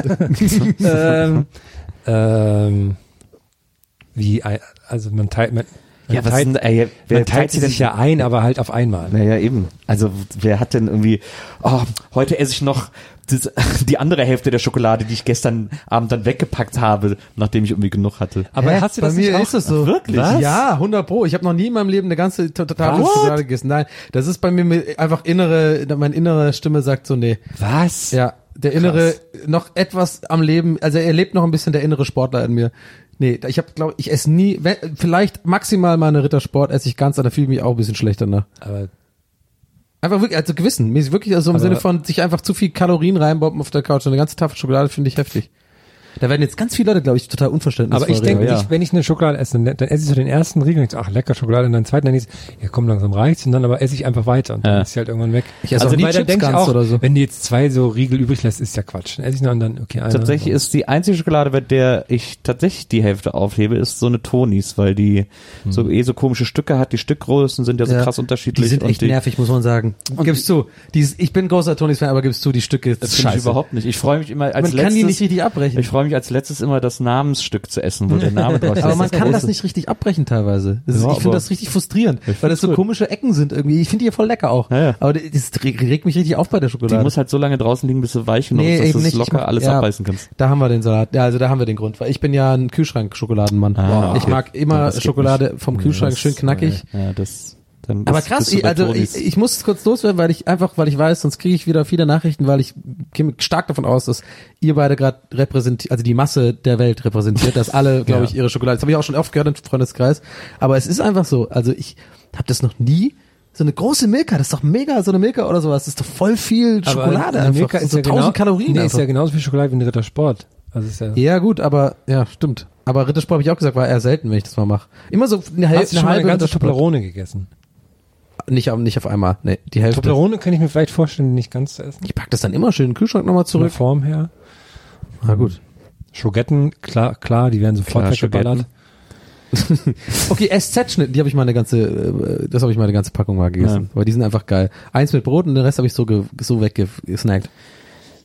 [SPEAKER 4] ähm, ähm, wie, ein- also man teilt, man, man teilt,
[SPEAKER 3] ey,
[SPEAKER 4] man teilt sie sich ja ein, aber halt auf einmal.
[SPEAKER 3] Naja, eben. Also, wer hat denn irgendwie, oh, heute esse ich noch das, die andere Hälfte der Schokolade, die ich gestern Abend dann weggepackt habe, nachdem ich irgendwie genug hatte.
[SPEAKER 4] Aber hast du das
[SPEAKER 5] Bei mir
[SPEAKER 4] nicht auch?
[SPEAKER 5] ist es so.
[SPEAKER 3] Wirklich?
[SPEAKER 5] Was? Ja, 100 pro. Ich habe noch nie in meinem Leben eine ganze T- T- Tafel
[SPEAKER 4] What?
[SPEAKER 5] Schokolade gegessen. Nein, das ist bei mir mit- einfach innere, meine innere Stimme sagt so, nee.
[SPEAKER 4] Was?
[SPEAKER 5] Ja, der innere, noch etwas am Leben, also er lebt noch ein bisschen der innere Sportler in mir. Nee, da- ich habe glaube ich esse nie, wenn, vielleicht maximal mal eine Rittersport esse ich ganz, aber da fühle ich mich auch ein bisschen schlecht danach.
[SPEAKER 4] Aber
[SPEAKER 5] Einfach wirklich, also gewissen, mäßig wirklich, also im
[SPEAKER 4] Aber-
[SPEAKER 5] Sinne von sich einfach zu viel Kalorien reinbomben auf der Couch und eine ganze Tafel Schokolade finde ich heftig. Da werden jetzt ganz viele Leute, glaube ich, total unverständlich.
[SPEAKER 4] Aber ich denke, ich, wenn ich eine Schokolade esse, dann, dann esse ich so den ersten Riegel und ich so, ach lecker Schokolade, und dann den zweiten, dann ist, ja komm, langsam reicht's, und dann aber esse ich einfach weiter und dann ist sie halt irgendwann weg.
[SPEAKER 5] Ich esse auch nie
[SPEAKER 4] weil dann
[SPEAKER 5] Chips
[SPEAKER 4] denk ich
[SPEAKER 5] ganz
[SPEAKER 4] auch,
[SPEAKER 5] oder so.
[SPEAKER 4] Wenn du jetzt zwei so Riegel übrig lässt, ist ja Quatsch. Dann esse ich noch und dann, okay, einer.
[SPEAKER 3] Tatsächlich ist die einzige Schokolade, bei der ich tatsächlich die Hälfte aufhebe, ist so eine Tonis, weil die so eh so komische Stücke hat. Die Stückgrößen sind ja so
[SPEAKER 5] Ja.
[SPEAKER 3] krass unterschiedlich.
[SPEAKER 5] Die sind
[SPEAKER 3] und
[SPEAKER 5] echt nervig, muss man sagen. Gibst du. Die ist, ich bin großer Tonys-Fan, aber gibst du die Stücke.
[SPEAKER 3] Das finde ich überhaupt nicht. Ich freue mich immer als
[SPEAKER 5] Man
[SPEAKER 3] letztes.
[SPEAKER 5] kann die nicht richtig abbrechen.
[SPEAKER 3] ich freue mich als letztes immer das Namensstück zu essen, wo der Name drauf ist.
[SPEAKER 5] aber
[SPEAKER 3] ist
[SPEAKER 5] man kann das
[SPEAKER 3] große-
[SPEAKER 5] nicht richtig abbrechen teilweise. Das ist,
[SPEAKER 3] Ja,
[SPEAKER 5] ich finde
[SPEAKER 3] aber-
[SPEAKER 5] das richtig frustrierend, weil das
[SPEAKER 3] find's
[SPEAKER 5] so
[SPEAKER 3] gut.
[SPEAKER 5] komische Ecken sind irgendwie. Ich finde die ja voll lecker auch.
[SPEAKER 3] Ja, ja.
[SPEAKER 5] Aber das regt mich richtig auf bei der
[SPEAKER 3] Die
[SPEAKER 5] Schokolade.
[SPEAKER 3] muss halt so lange draußen liegen, bis du weich genug
[SPEAKER 5] Nee,
[SPEAKER 3] ist, dass
[SPEAKER 5] eben
[SPEAKER 3] du es
[SPEAKER 5] nicht.
[SPEAKER 3] locker
[SPEAKER 5] Ich mach-
[SPEAKER 3] alles
[SPEAKER 5] ja.
[SPEAKER 3] abbeißen kannst.
[SPEAKER 5] Da haben wir den Salat. Ja, also da haben wir den Grund. Weil ich bin ja ein Kühlschrank-Schokoladenmann.
[SPEAKER 3] Ah,
[SPEAKER 5] ich
[SPEAKER 3] okay.
[SPEAKER 5] mag
[SPEAKER 3] Ja,
[SPEAKER 5] immer
[SPEAKER 3] das geht
[SPEAKER 5] Schokolade vom Kühlschrank,
[SPEAKER 4] das-
[SPEAKER 5] schön knackig.
[SPEAKER 3] äh, Ja, das. Dann
[SPEAKER 5] Aber
[SPEAKER 3] bist-
[SPEAKER 5] krass,
[SPEAKER 3] bist du
[SPEAKER 5] ich,
[SPEAKER 3] bei
[SPEAKER 5] also
[SPEAKER 3] Tonis.
[SPEAKER 5] ich, ich muss es kurz loswerden, weil ich einfach, weil ich weiß, sonst kriege ich wieder viele Nachrichten, weil ich gehe stark davon aus, dass ihr beide gerade repräsentiert, also die Masse der Welt repräsentiert, dass alle, glaube ich, ihre Schokolade. Das habe ich auch schon oft gehört im Freundeskreis. Aber es ist einfach so. Also ich habe das noch nie. So eine große Milka, das ist doch mega, so eine Milka oder sowas, das ist doch voll viel
[SPEAKER 4] aber
[SPEAKER 5] Schokolade
[SPEAKER 4] eine
[SPEAKER 5] einfach.
[SPEAKER 4] Milka
[SPEAKER 5] Das
[SPEAKER 4] ist
[SPEAKER 5] so
[SPEAKER 4] ja
[SPEAKER 5] 1000
[SPEAKER 4] genau,
[SPEAKER 5] Kalorien.
[SPEAKER 4] Nee,
[SPEAKER 5] einfach.
[SPEAKER 4] ist ja genauso viel Schokolade wie ein Ritter Sport. Also ist ja,
[SPEAKER 5] Ja, gut, aber ja, stimmt. Aber Rittersport habe ich auch gesagt, war eher selten, wenn ich das mal mache. Immer so eine, Häl
[SPEAKER 4] Hast du
[SPEAKER 5] eine
[SPEAKER 4] schon mal
[SPEAKER 5] halbe
[SPEAKER 4] eine ganze
[SPEAKER 5] Rittersport.
[SPEAKER 4] Toblerone gegessen?
[SPEAKER 5] Nicht, auf- nicht auf einmal. Nee, die Hälfte.
[SPEAKER 4] Toblerone kann ich mir vielleicht vorstellen, die nicht ganz zu essen.
[SPEAKER 5] Ich pack das dann immer schön in den Kühlschrank nochmal
[SPEAKER 4] Von der
[SPEAKER 5] zurück.
[SPEAKER 4] Form her. Ähm,
[SPEAKER 5] Na gut.
[SPEAKER 4] Schogetten, klar, klar, die werden sofort
[SPEAKER 3] Klar,
[SPEAKER 4] weggeballert.
[SPEAKER 5] Okay, SZ-Schnitten, die habe ich mal eine ganze, äh, das habe ich mal eine ganze Packung mal gegessen.
[SPEAKER 3] Ja.
[SPEAKER 5] Aber die sind einfach geil. Eins mit Brot und den Rest habe ich so, ge so weggesnackt.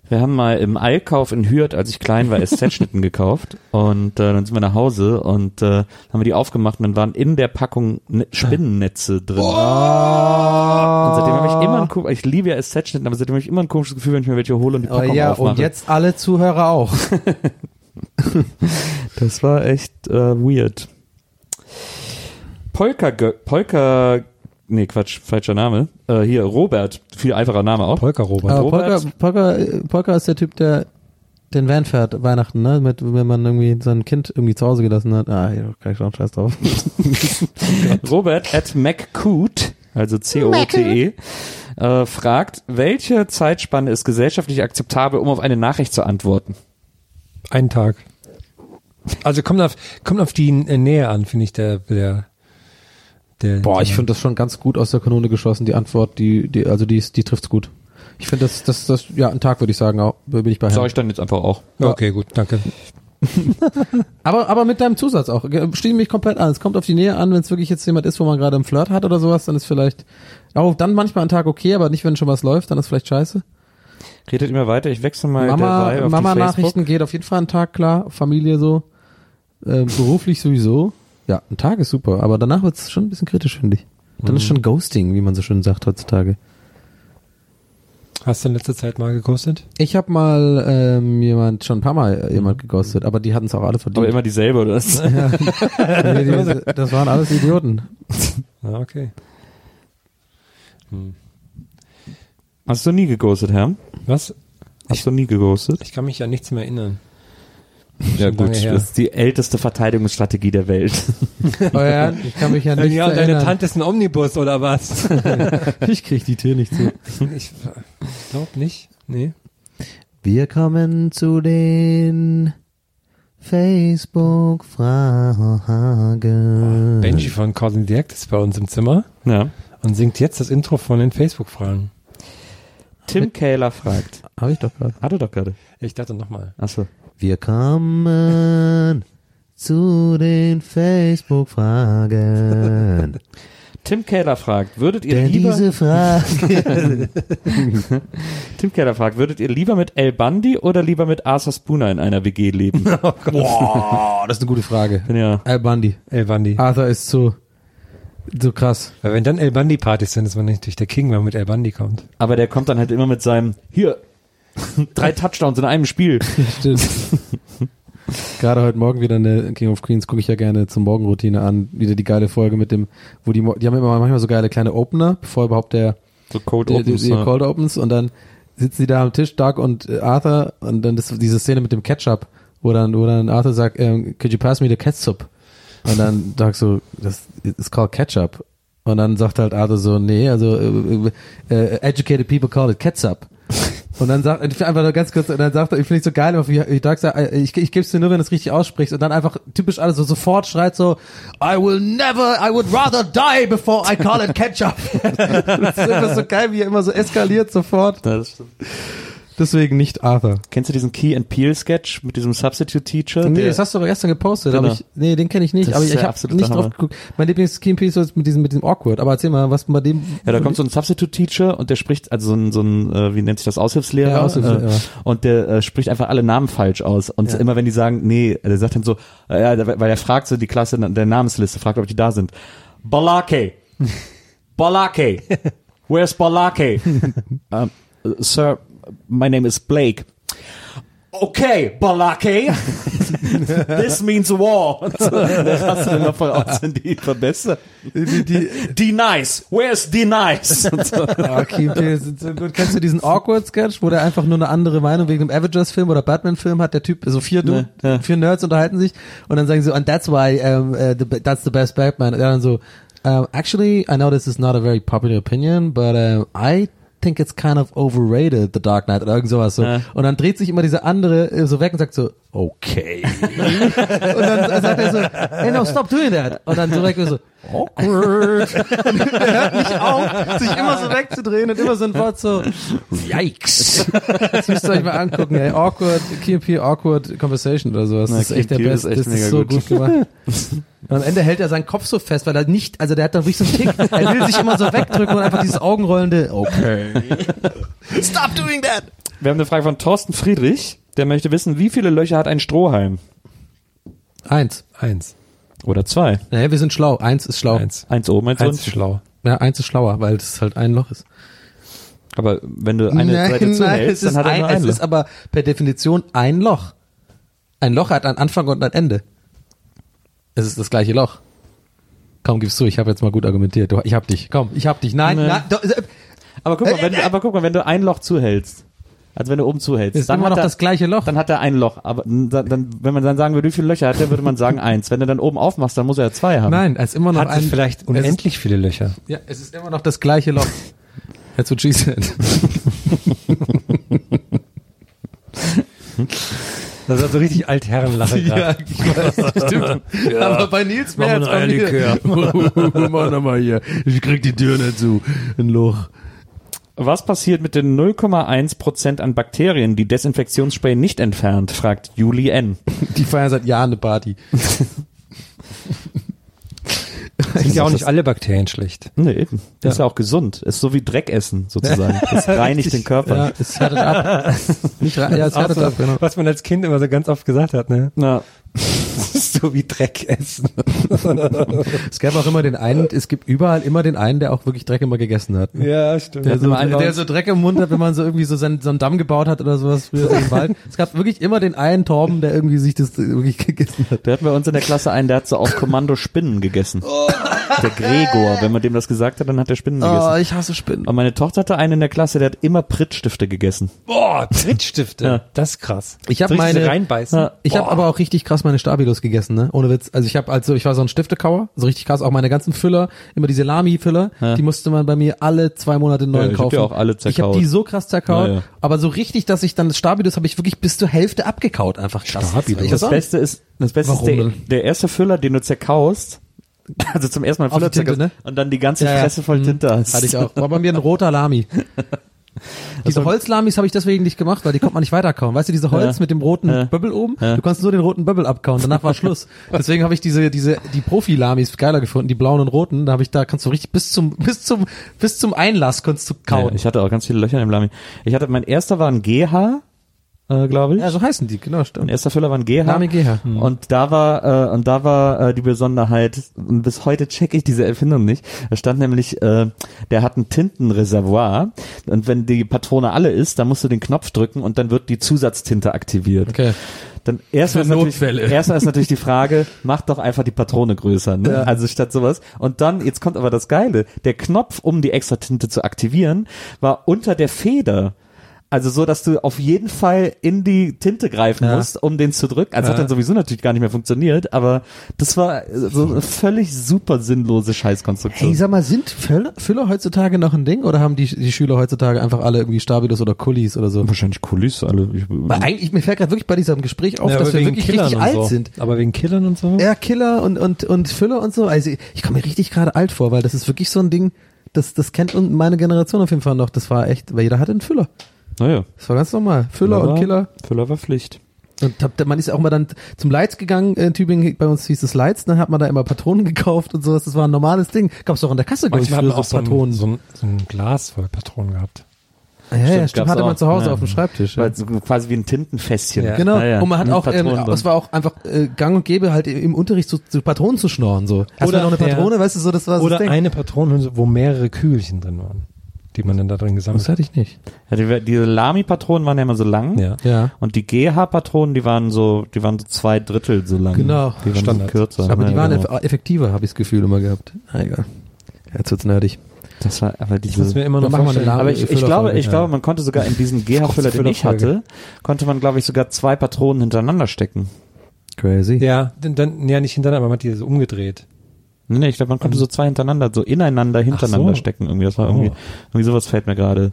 [SPEAKER 3] Wir haben mal im Eilkauf in Hürth, als ich klein war, SZ-Schnitten gekauft und äh, dann sind wir nach Hause und äh, haben wir die aufgemacht und dann waren in der Packung ne Spinnennetze drin. Und seitdem habe ich immer ein kom- ich liebe ja SZ-Schnitten, aber seitdem habe ich immer ein komisches Gefühl, wenn ich mir welche hole und die
[SPEAKER 5] Oh
[SPEAKER 3] Packung
[SPEAKER 5] ja,
[SPEAKER 3] aufmache.
[SPEAKER 5] und jetzt alle Zuhörer auch.
[SPEAKER 3] das war echt äh, weird. Polka, Polka, nee Quatsch, falscher Name. Äh, hier Robert, viel einfacher Name auch.
[SPEAKER 4] Polka Robert.
[SPEAKER 5] Aber Polka,
[SPEAKER 3] Robert?
[SPEAKER 5] Polka, äh, Polka ist der Typ, der den Van fährt Weihnachten, ne? Mit, wenn man irgendwie sein Kind irgendwie zu Hause gelassen hat. Ah, hier kann ich schon scheiß drauf.
[SPEAKER 3] Robert at MacCoot, also C-O-T-E, äh, fragt, welche Zeitspanne ist gesellschaftlich akzeptabel, um auf eine Nachricht zu antworten?
[SPEAKER 4] Einen Tag. Also kommt auf, kommt auf die äh, Nähe an, finde ich, der, der, der.
[SPEAKER 5] Boah, ich finde das schon ganz gut aus der Kanone geschossen, die Antwort, die, die also die, ist- die trifft's gut. Ich finde das, das, das, ja, einen Tag würde ich sagen, auch, bin ich bei
[SPEAKER 3] Sag
[SPEAKER 5] Herrn.
[SPEAKER 3] ich dann jetzt einfach auch.
[SPEAKER 4] Okay, gut, danke.
[SPEAKER 5] Aber, aber mit deinem Zusatz auch. Ge- Stimme mich komplett an. Es kommt auf die Nähe an, wenn es wirklich jetzt jemand ist, wo man gerade einen Flirt hat oder sowas, dann ist vielleicht auch dann manchmal ein Tag okay, aber nicht, wenn schon was läuft, dann ist vielleicht scheiße.
[SPEAKER 3] Redet immer weiter, ich wechsle mal dabei
[SPEAKER 5] Mama,
[SPEAKER 3] auf
[SPEAKER 5] Mama
[SPEAKER 3] die Facebook.
[SPEAKER 5] Nachrichten geht auf jeden Fall einen Tag klar, Familie so, ähm, beruflich sowieso. Ja, ein Tag ist super, aber danach wird's schon ein bisschen kritisch, finde ich. Dann
[SPEAKER 3] Mhm.
[SPEAKER 5] ist schon Ghosting, wie man so schön sagt heutzutage.
[SPEAKER 4] Hast du in letzter Zeit mal gekostet?
[SPEAKER 5] Ich habe mal ähm, jemand schon ein paar Mal äh, jemand geghostet, aber die hatten es auch alle verdient.
[SPEAKER 3] Mhm. Aber immer dieselbe, oder? was?
[SPEAKER 5] Nee, die, das waren alles Idioten.
[SPEAKER 4] Ah, okay.
[SPEAKER 3] Hast du nie geghostet, Herr?
[SPEAKER 4] Was?
[SPEAKER 3] Hast du nie geghostet?
[SPEAKER 4] Ich kann mich an nichts mehr erinnern.
[SPEAKER 3] Ja
[SPEAKER 4] gut, lange her.
[SPEAKER 3] das ist die älteste Verteidigungsstrategie der Welt.
[SPEAKER 5] Euer, ich kann mich ja nicht
[SPEAKER 4] ja, deine
[SPEAKER 5] erinnern.
[SPEAKER 4] Tante ist ein Omnibus oder was?
[SPEAKER 5] Ich krieg die Tür nicht zu.
[SPEAKER 4] ich äh, glaub nicht. Nee.
[SPEAKER 5] Wir kommen zu den Facebook-Fragen.
[SPEAKER 4] Benji von Cause and Direct ist bei uns im Zimmer
[SPEAKER 3] ja.
[SPEAKER 4] und singt jetzt das Intro von den Facebook-Fragen.
[SPEAKER 3] Tim Kähler fragt.
[SPEAKER 5] Habe ich doch gerade.
[SPEAKER 3] Hatte doch gerade.
[SPEAKER 4] Ich dachte nochmal.
[SPEAKER 3] Achso.
[SPEAKER 5] Wir kommen zu den Facebook-Fragen.
[SPEAKER 3] Tim Kähler fragt, würdet ihr
[SPEAKER 5] Denn
[SPEAKER 3] lieber
[SPEAKER 5] diese Fragen.
[SPEAKER 3] Tim Keller fragt, würdet ihr lieber mit El Bandi oder lieber mit Asa Spooner in einer WG leben?
[SPEAKER 5] Boah, das ist eine gute Frage.
[SPEAKER 3] Ja.
[SPEAKER 5] Al Bundy.
[SPEAKER 4] El Bandi.
[SPEAKER 5] Arthur ist so, so krass.
[SPEAKER 4] Weil wenn dann El Bandi-Partys sind, ist man natürlich der King, wenn man mit El Bandi kommt.
[SPEAKER 3] Aber der kommt dann halt immer mit seinem hier drei Touchdowns in einem Spiel.
[SPEAKER 5] Stimmt. Gerade heute Morgen wieder eine King of Queens gucke ich ja gerne zur Morgenroutine an. Wieder die geile Folge mit dem, wo die, Mo- die haben immer manchmal so geile kleine Opener, bevor überhaupt der,
[SPEAKER 3] So Cold
[SPEAKER 5] die, die, die
[SPEAKER 3] ja.
[SPEAKER 5] Cold Opens und dann sitzen die da am Tisch, Doug und äh, Arthur und dann das, diese Szene mit dem Ketchup, wo dann, wo dann Arthur sagt, ähm, could you pass me the ketchup? Und dann Doug so, das ist called Ketchup. Und dann sagt halt Arthur so, nee, also äh, äh, educated people call it Ketchup. Und dann sagt, ich will einfach nur ganz kurz, und dann sagt er, ich finde ich so geil, aber wie, wie Doug sagt, äh, ich, ich gebe es dir nur, wenn du es richtig aussprichst. Und dann einfach typisch alles so sofort schreit so, I will never, I would rather die before I call it ketchup. das ist einfach so geil, wie er immer so eskaliert sofort.
[SPEAKER 3] Ja, das stimmt.
[SPEAKER 5] Deswegen nicht Arthur.
[SPEAKER 3] Kennst du diesen Key and Peel Sketch mit diesem Substitute Teacher?
[SPEAKER 5] Nee,
[SPEAKER 3] der-
[SPEAKER 5] das hast du aber gestern gepostet. aber
[SPEAKER 3] Genau.
[SPEAKER 5] ich, nee, den kenne ich nicht,
[SPEAKER 3] Das
[SPEAKER 5] aber
[SPEAKER 3] ist
[SPEAKER 5] ich, ich
[SPEAKER 3] der
[SPEAKER 5] habe
[SPEAKER 3] absolute
[SPEAKER 5] nicht
[SPEAKER 3] Hammer.
[SPEAKER 5] drauf geguckt. Mein Lieblings-King Piece ist mit diesem, mit diesem Awkward. Aber erzähl mal, was bei dem...
[SPEAKER 3] Ja, da kommt so ein Substitute-Teacher und der spricht, also so ein, so ein äh, wie nennt sich das, Aushilfslehrer?
[SPEAKER 5] Ja, Aushilfslehrer.
[SPEAKER 3] Äh, Und der äh, spricht einfach alle Namen falsch aus. Und immer wenn die sagen, nee, der sagt dann so, äh, ja, weil er fragt so die Klasse na- der Namensliste, fragt, ob die da sind. Balake. Balake. Where's Balake? um, Sir, my name is Blake. Okay, Balake. This means war. Und so, der rastet immer voll aus, wenn die ihn verbessern. D-Nice. Where's D-Nice? Und so.
[SPEAKER 5] Ah, Key and Peele sind so gut. Kennst du diesen Awkward-Sketch, wo der einfach nur eine andere Meinung wegen dem Avengers-Film oder Batman-Film hat? Der Typ, so vier, du,
[SPEAKER 3] Nee, ja.
[SPEAKER 5] vier Nerds unterhalten sich und dann sagen sie, and that's why, um, uh, the, that's the best Batman. Und er dann so, um, actually, I know this is not a very popular opinion, but um, I think it's kind of overrated, The Dark Knight oder irgend sowas so.
[SPEAKER 3] Ja.
[SPEAKER 5] Und dann dreht sich immer dieser andere äh, so weg und sagt so, okay. Und dann sagt er so, hey no, stop doing that. Und dann so weg so, awkward. Und er hört nicht auf, sich immer so wegzudrehen und immer so ein Wort so, yikes. Das müsst ihr euch mal angucken, ey. Awkward, KMP, awkward conversation oder sowas.
[SPEAKER 3] Na,
[SPEAKER 5] das ist echt der
[SPEAKER 3] Key&Peele ist
[SPEAKER 5] Beste.
[SPEAKER 3] echt
[SPEAKER 5] Das
[SPEAKER 3] mega
[SPEAKER 5] ist so
[SPEAKER 3] gut.
[SPEAKER 5] gut, gemacht. Und am Ende hält er seinen Kopf so fest, weil er nicht, also der hat doch wirklich so einen Tick. Er will sich immer so wegdrücken und einfach dieses augenrollende, okay. Stop doing that.
[SPEAKER 3] Wir haben eine Frage von Thorsten Friedrich. Der möchte wissen, wie viele Löcher hat ein Strohhalm?
[SPEAKER 5] Eins.
[SPEAKER 4] Eins.
[SPEAKER 3] Oder zwei.
[SPEAKER 5] Naja, wir sind schlau. Eins ist schlau.
[SPEAKER 4] Eins.
[SPEAKER 3] Eins oben, eins,
[SPEAKER 4] Eins ist
[SPEAKER 3] unten.
[SPEAKER 4] schlau.
[SPEAKER 5] Ja, eins ist schlauer, weil es halt ein Loch ist.
[SPEAKER 3] Aber wenn du eine Seite
[SPEAKER 5] es
[SPEAKER 3] zuhältst,
[SPEAKER 5] ist,
[SPEAKER 3] dann hat er
[SPEAKER 5] ein,
[SPEAKER 3] nur ein
[SPEAKER 5] es
[SPEAKER 3] Loch.
[SPEAKER 5] ist aber per Definition ein Loch. Ein Loch hat einen Anfang und ein Ende. Es ist das gleiche Loch. Komm, gib's zu, ich habe jetzt mal gut argumentiert. Du- Ich hab dich. Komm, ich hab dich. Nein,
[SPEAKER 3] Nee.
[SPEAKER 5] nein. Doch, äh, es
[SPEAKER 3] Aber guck mal,
[SPEAKER 5] äh,
[SPEAKER 3] wenn, aber guck mal, wenn du ein Loch zuhältst, also wenn du oben zuhältst,
[SPEAKER 5] ist
[SPEAKER 3] dann
[SPEAKER 5] immer
[SPEAKER 3] hat
[SPEAKER 5] noch
[SPEAKER 3] er,
[SPEAKER 5] das gleiche Loch.
[SPEAKER 3] dann hat er ein Loch. Aber dann, dann, wenn man dann sagen würde, wie viele Löcher hat er, würde man sagen eins. Wenn du dann oben aufmachst, dann muss er ja zwei haben.
[SPEAKER 5] nein, es ist immer noch
[SPEAKER 4] Hat
[SPEAKER 5] ein
[SPEAKER 4] es vielleicht
[SPEAKER 5] es ist,
[SPEAKER 4] unendlich viele Löcher?
[SPEAKER 5] ja, es ist immer noch das gleiche Loch. That's what she said.
[SPEAKER 4] Das ist so richtig Altherrenlache gerade.
[SPEAKER 5] ich weiß, stimmt. Aber bei Nils
[SPEAKER 4] Machen wir noch
[SPEAKER 5] Merz kommt Mach nochmal hier. Ich krieg die Tür nicht zu. Ein Loch.
[SPEAKER 3] Was passiert mit den 0,1% an Bakterien, die Desinfektionsspray nicht entfernt, fragt Julie N.
[SPEAKER 5] Die feiern seit Jahren eine Party.
[SPEAKER 4] Sind ja auch nicht alle Bakterien schlecht.
[SPEAKER 3] Nee, eben. Das ist ja auch gesund. Ist so wie Dreck essen, sozusagen. Das reinigt den Körper.
[SPEAKER 5] Ja, es härtet ab. Nicht ra- ja, es härtet ab, genau.
[SPEAKER 4] Was man als Kind immer so ganz oft gesagt hat, ne?
[SPEAKER 3] Na,
[SPEAKER 4] Das ist so wie Dreck essen.
[SPEAKER 5] Es gab auch immer den einen, es gibt überall immer den einen, der auch wirklich Dreck immer gegessen hat.
[SPEAKER 4] Ja, stimmt.
[SPEAKER 5] Der so,
[SPEAKER 3] immer einen bei
[SPEAKER 5] der
[SPEAKER 3] uns.
[SPEAKER 5] so Dreck im Mund hat, wenn man so irgendwie so, seinen, so einen Damm gebaut hat oder sowas früher so im Wald. Es gab wirklich immer den einen Torben, der irgendwie sich das wirklich gegessen hat.
[SPEAKER 3] da hatten wir uns in der Klasse einen, der hat so auf Kommando Spinnen gegessen. Der Gregor, wenn man dem das gesagt hat, dann hat der Ah, Spinnen
[SPEAKER 5] Ah,
[SPEAKER 3] gegessen.
[SPEAKER 5] ich hasse Spinnen.
[SPEAKER 3] Und meine Tochter hatte einen in der Klasse, der hat immer Prittstifte gegessen.
[SPEAKER 4] Boah, Trittstifte. Das ist krass.
[SPEAKER 5] Ich hab
[SPEAKER 4] So richtig
[SPEAKER 5] meine-
[SPEAKER 4] so reinbeißen.
[SPEAKER 3] Ja.
[SPEAKER 5] Ich habe
[SPEAKER 4] Boah.
[SPEAKER 5] aber auch richtig krass meine Stabilos gegessen, ne? Ohne Witz. Also ich habe also ich war so ein Stiftekauer, so richtig krass auch meine ganzen Füller, immer diese Lami Füller, die musste man bei mir alle zwei Monate neu
[SPEAKER 3] Ja, ich hab
[SPEAKER 5] kaufen.
[SPEAKER 3] die auch alle
[SPEAKER 5] Ich habe
[SPEAKER 3] zerkaut.
[SPEAKER 5] die so krass zerkaut,
[SPEAKER 3] Ja, ja.
[SPEAKER 5] aber so richtig, dass ich dann das Stabilos habe ich wirklich bis zur Hälfte abgekaut einfach krass.
[SPEAKER 4] Stabilos?
[SPEAKER 5] Ich
[SPEAKER 3] Das
[SPEAKER 5] weiß auch nicht.
[SPEAKER 3] Beste ist, das Beste
[SPEAKER 5] Warum
[SPEAKER 3] ist der,
[SPEAKER 5] denn?
[SPEAKER 3] der erste Füller, den du zerkaust, also zum ersten Mal
[SPEAKER 5] Auf die
[SPEAKER 3] Füller
[SPEAKER 5] Tinte, ne?
[SPEAKER 3] zerkaust und dann die ganze
[SPEAKER 5] Ja, ja.
[SPEAKER 3] Fresse voll Tinte hast.
[SPEAKER 5] hatte ich auch. War bei mir ein roter Lami. Diese Holzlamis habe ich deswegen nicht gemacht, weil die konnte man nicht weiterkauen. Weißt du, diese Holz
[SPEAKER 3] Also Ja.
[SPEAKER 5] mit dem roten
[SPEAKER 3] Ja.
[SPEAKER 5] Böbbel oben? Du konntest nur den roten Böbbel abkauen, danach war Schluss. Deswegen habe ich diese diese die Profi-Lamis geiler gefunden, die blauen und roten, da habe ich da kannst du richtig bis zum bis zum bis zum Einlass konntest du
[SPEAKER 3] Ja,
[SPEAKER 5] kauen.
[SPEAKER 3] ich hatte auch ganz viele Löcher im Lami. Ich hatte, mein erster war ein GH, äh, glaube ich.
[SPEAKER 5] Ja, so heißen die, genau,
[SPEAKER 3] Mein
[SPEAKER 5] stimmt.
[SPEAKER 3] erster Füller war ein GH.
[SPEAKER 5] Lamy GH. Hm.
[SPEAKER 3] Und da war, äh, und da war äh, die Besonderheit, und bis heute checke ich diese Erfindung nicht. Da stand nämlich, äh, der hat ein Tintenreservoir und wenn die Patrone alle ist, dann musst du den Knopf drücken und dann wird die Zusatztinte aktiviert.
[SPEAKER 5] Okay.
[SPEAKER 3] Dann erstmal ist,
[SPEAKER 5] Für
[SPEAKER 3] natürlich,
[SPEAKER 5] Notfälle.
[SPEAKER 3] erstmal ist natürlich die Frage, macht doch einfach die Patrone größer, ne? Also statt sowas. Und dann, jetzt kommt aber das Geile, der Knopf, um die extra Tinte zu aktivieren, war unter der Feder. Also so, dass du auf jeden Fall in die Tinte greifen
[SPEAKER 5] Ja.
[SPEAKER 3] musst, um den zu drücken. Also hat dann sowieso natürlich gar nicht mehr funktioniert, aber das war äh, so eine völlig super sinnlose Scheißkonstruktion.
[SPEAKER 5] Hey, sag mal, sind Füller, Füller heutzutage noch ein Ding oder haben die, die Schüler heutzutage einfach alle irgendwie Stabilos oder Kulis oder so?
[SPEAKER 3] Wahrscheinlich Kulis alle. Ich,
[SPEAKER 5] Weil eigentlich, mir fällt gerade wirklich bei diesem Gespräch auf, dass wir wirklich richtig alt sind.
[SPEAKER 4] Aber wegen Killern und so?
[SPEAKER 5] Ja, Killer und, und, und Füller und so. Also ich- ich komme mir richtig gerade alt vor, weil das ist wirklich so ein Ding, das, das kennt un- meine Generation auf jeden Fall noch. Das war echt, weil jeder hatte einen Füller.
[SPEAKER 3] naja.
[SPEAKER 5] Das war ganz normal. Füller und Killer.
[SPEAKER 3] Füller war Pflicht.
[SPEAKER 5] Und hab, man ist auch mal dann zum Leiz gegangen äh, in Tübingen, bei uns hieß es Leiz, dann hat man da immer Patronen gekauft und sowas. Das war ein normales Ding. Gab's doch in der Kasse, glaub
[SPEAKER 4] Manchmal hat man
[SPEAKER 5] früher
[SPEAKER 4] auch so ein, so, ein, so ein Glas voll Patronen gehabt.
[SPEAKER 5] ja, ja, stimmt,
[SPEAKER 3] gab's
[SPEAKER 5] hatte man
[SPEAKER 3] auch.
[SPEAKER 5] zu Hause
[SPEAKER 3] Ja.
[SPEAKER 5] auf dem Schreibtisch. Ja.
[SPEAKER 3] Weil so quasi wie ein Tintenfässchen.
[SPEAKER 4] Ja.
[SPEAKER 5] Genau,
[SPEAKER 3] Naja,
[SPEAKER 5] und man hat
[SPEAKER 3] mit
[SPEAKER 5] auch, ähm,
[SPEAKER 3] Patronen drin.
[SPEAKER 5] es war auch einfach äh, gang und gäbe, halt im Unterricht zu, zu Patronen zu schnorren. So. Hast
[SPEAKER 4] Oder-
[SPEAKER 5] du noch eine
[SPEAKER 4] ja.
[SPEAKER 5] Patrone, weißt du, so, das war
[SPEAKER 4] Oder
[SPEAKER 5] das Ding.
[SPEAKER 4] eine Patrone, wo mehrere Kügelchen drin waren, die man dann da drin gesammelt
[SPEAKER 5] das
[SPEAKER 4] hat.
[SPEAKER 5] hatte ich nicht.
[SPEAKER 3] Ja, die, die Lami-Patronen waren ja immer so lang.
[SPEAKER 4] Ja.
[SPEAKER 5] Ja.
[SPEAKER 3] Und die GH-Patronen, die waren so, die waren so zwei Drittel so lang.
[SPEAKER 5] Genau.
[SPEAKER 3] Die waren
[SPEAKER 4] Standard.
[SPEAKER 3] So kürzer.
[SPEAKER 5] Aber die
[SPEAKER 3] Ja,
[SPEAKER 5] waren
[SPEAKER 3] genau.
[SPEAKER 5] eff- effektiver, habe ich das Gefühl immer gehabt. Na egal. Jetzt wird's nerdig.
[SPEAKER 3] Das war, aber
[SPEAKER 4] Ich muss mir
[SPEAKER 3] diese,
[SPEAKER 4] immer noch
[SPEAKER 5] Dann machen wir
[SPEAKER 4] vorstellen.
[SPEAKER 5] eine Lage.
[SPEAKER 3] aber ich, ich glaube, ich
[SPEAKER 5] Ja.
[SPEAKER 3] glaube, man konnte sogar in diesen GH-Füller, den ich hatte, konnte man, glaube ich, sogar zwei Patronen hintereinander stecken.
[SPEAKER 5] Crazy.
[SPEAKER 4] Ja, dann, dann, ja, nicht hintereinander, aber man hat die so umgedreht.
[SPEAKER 3] Nee, nee, ich glaube, man konnte so zwei hintereinander, Mhm. so Oh. ineinander, hintereinander
[SPEAKER 4] so.
[SPEAKER 3] stecken irgendwie. Das war irgendwie, irgendwie sowas fällt mir gerade.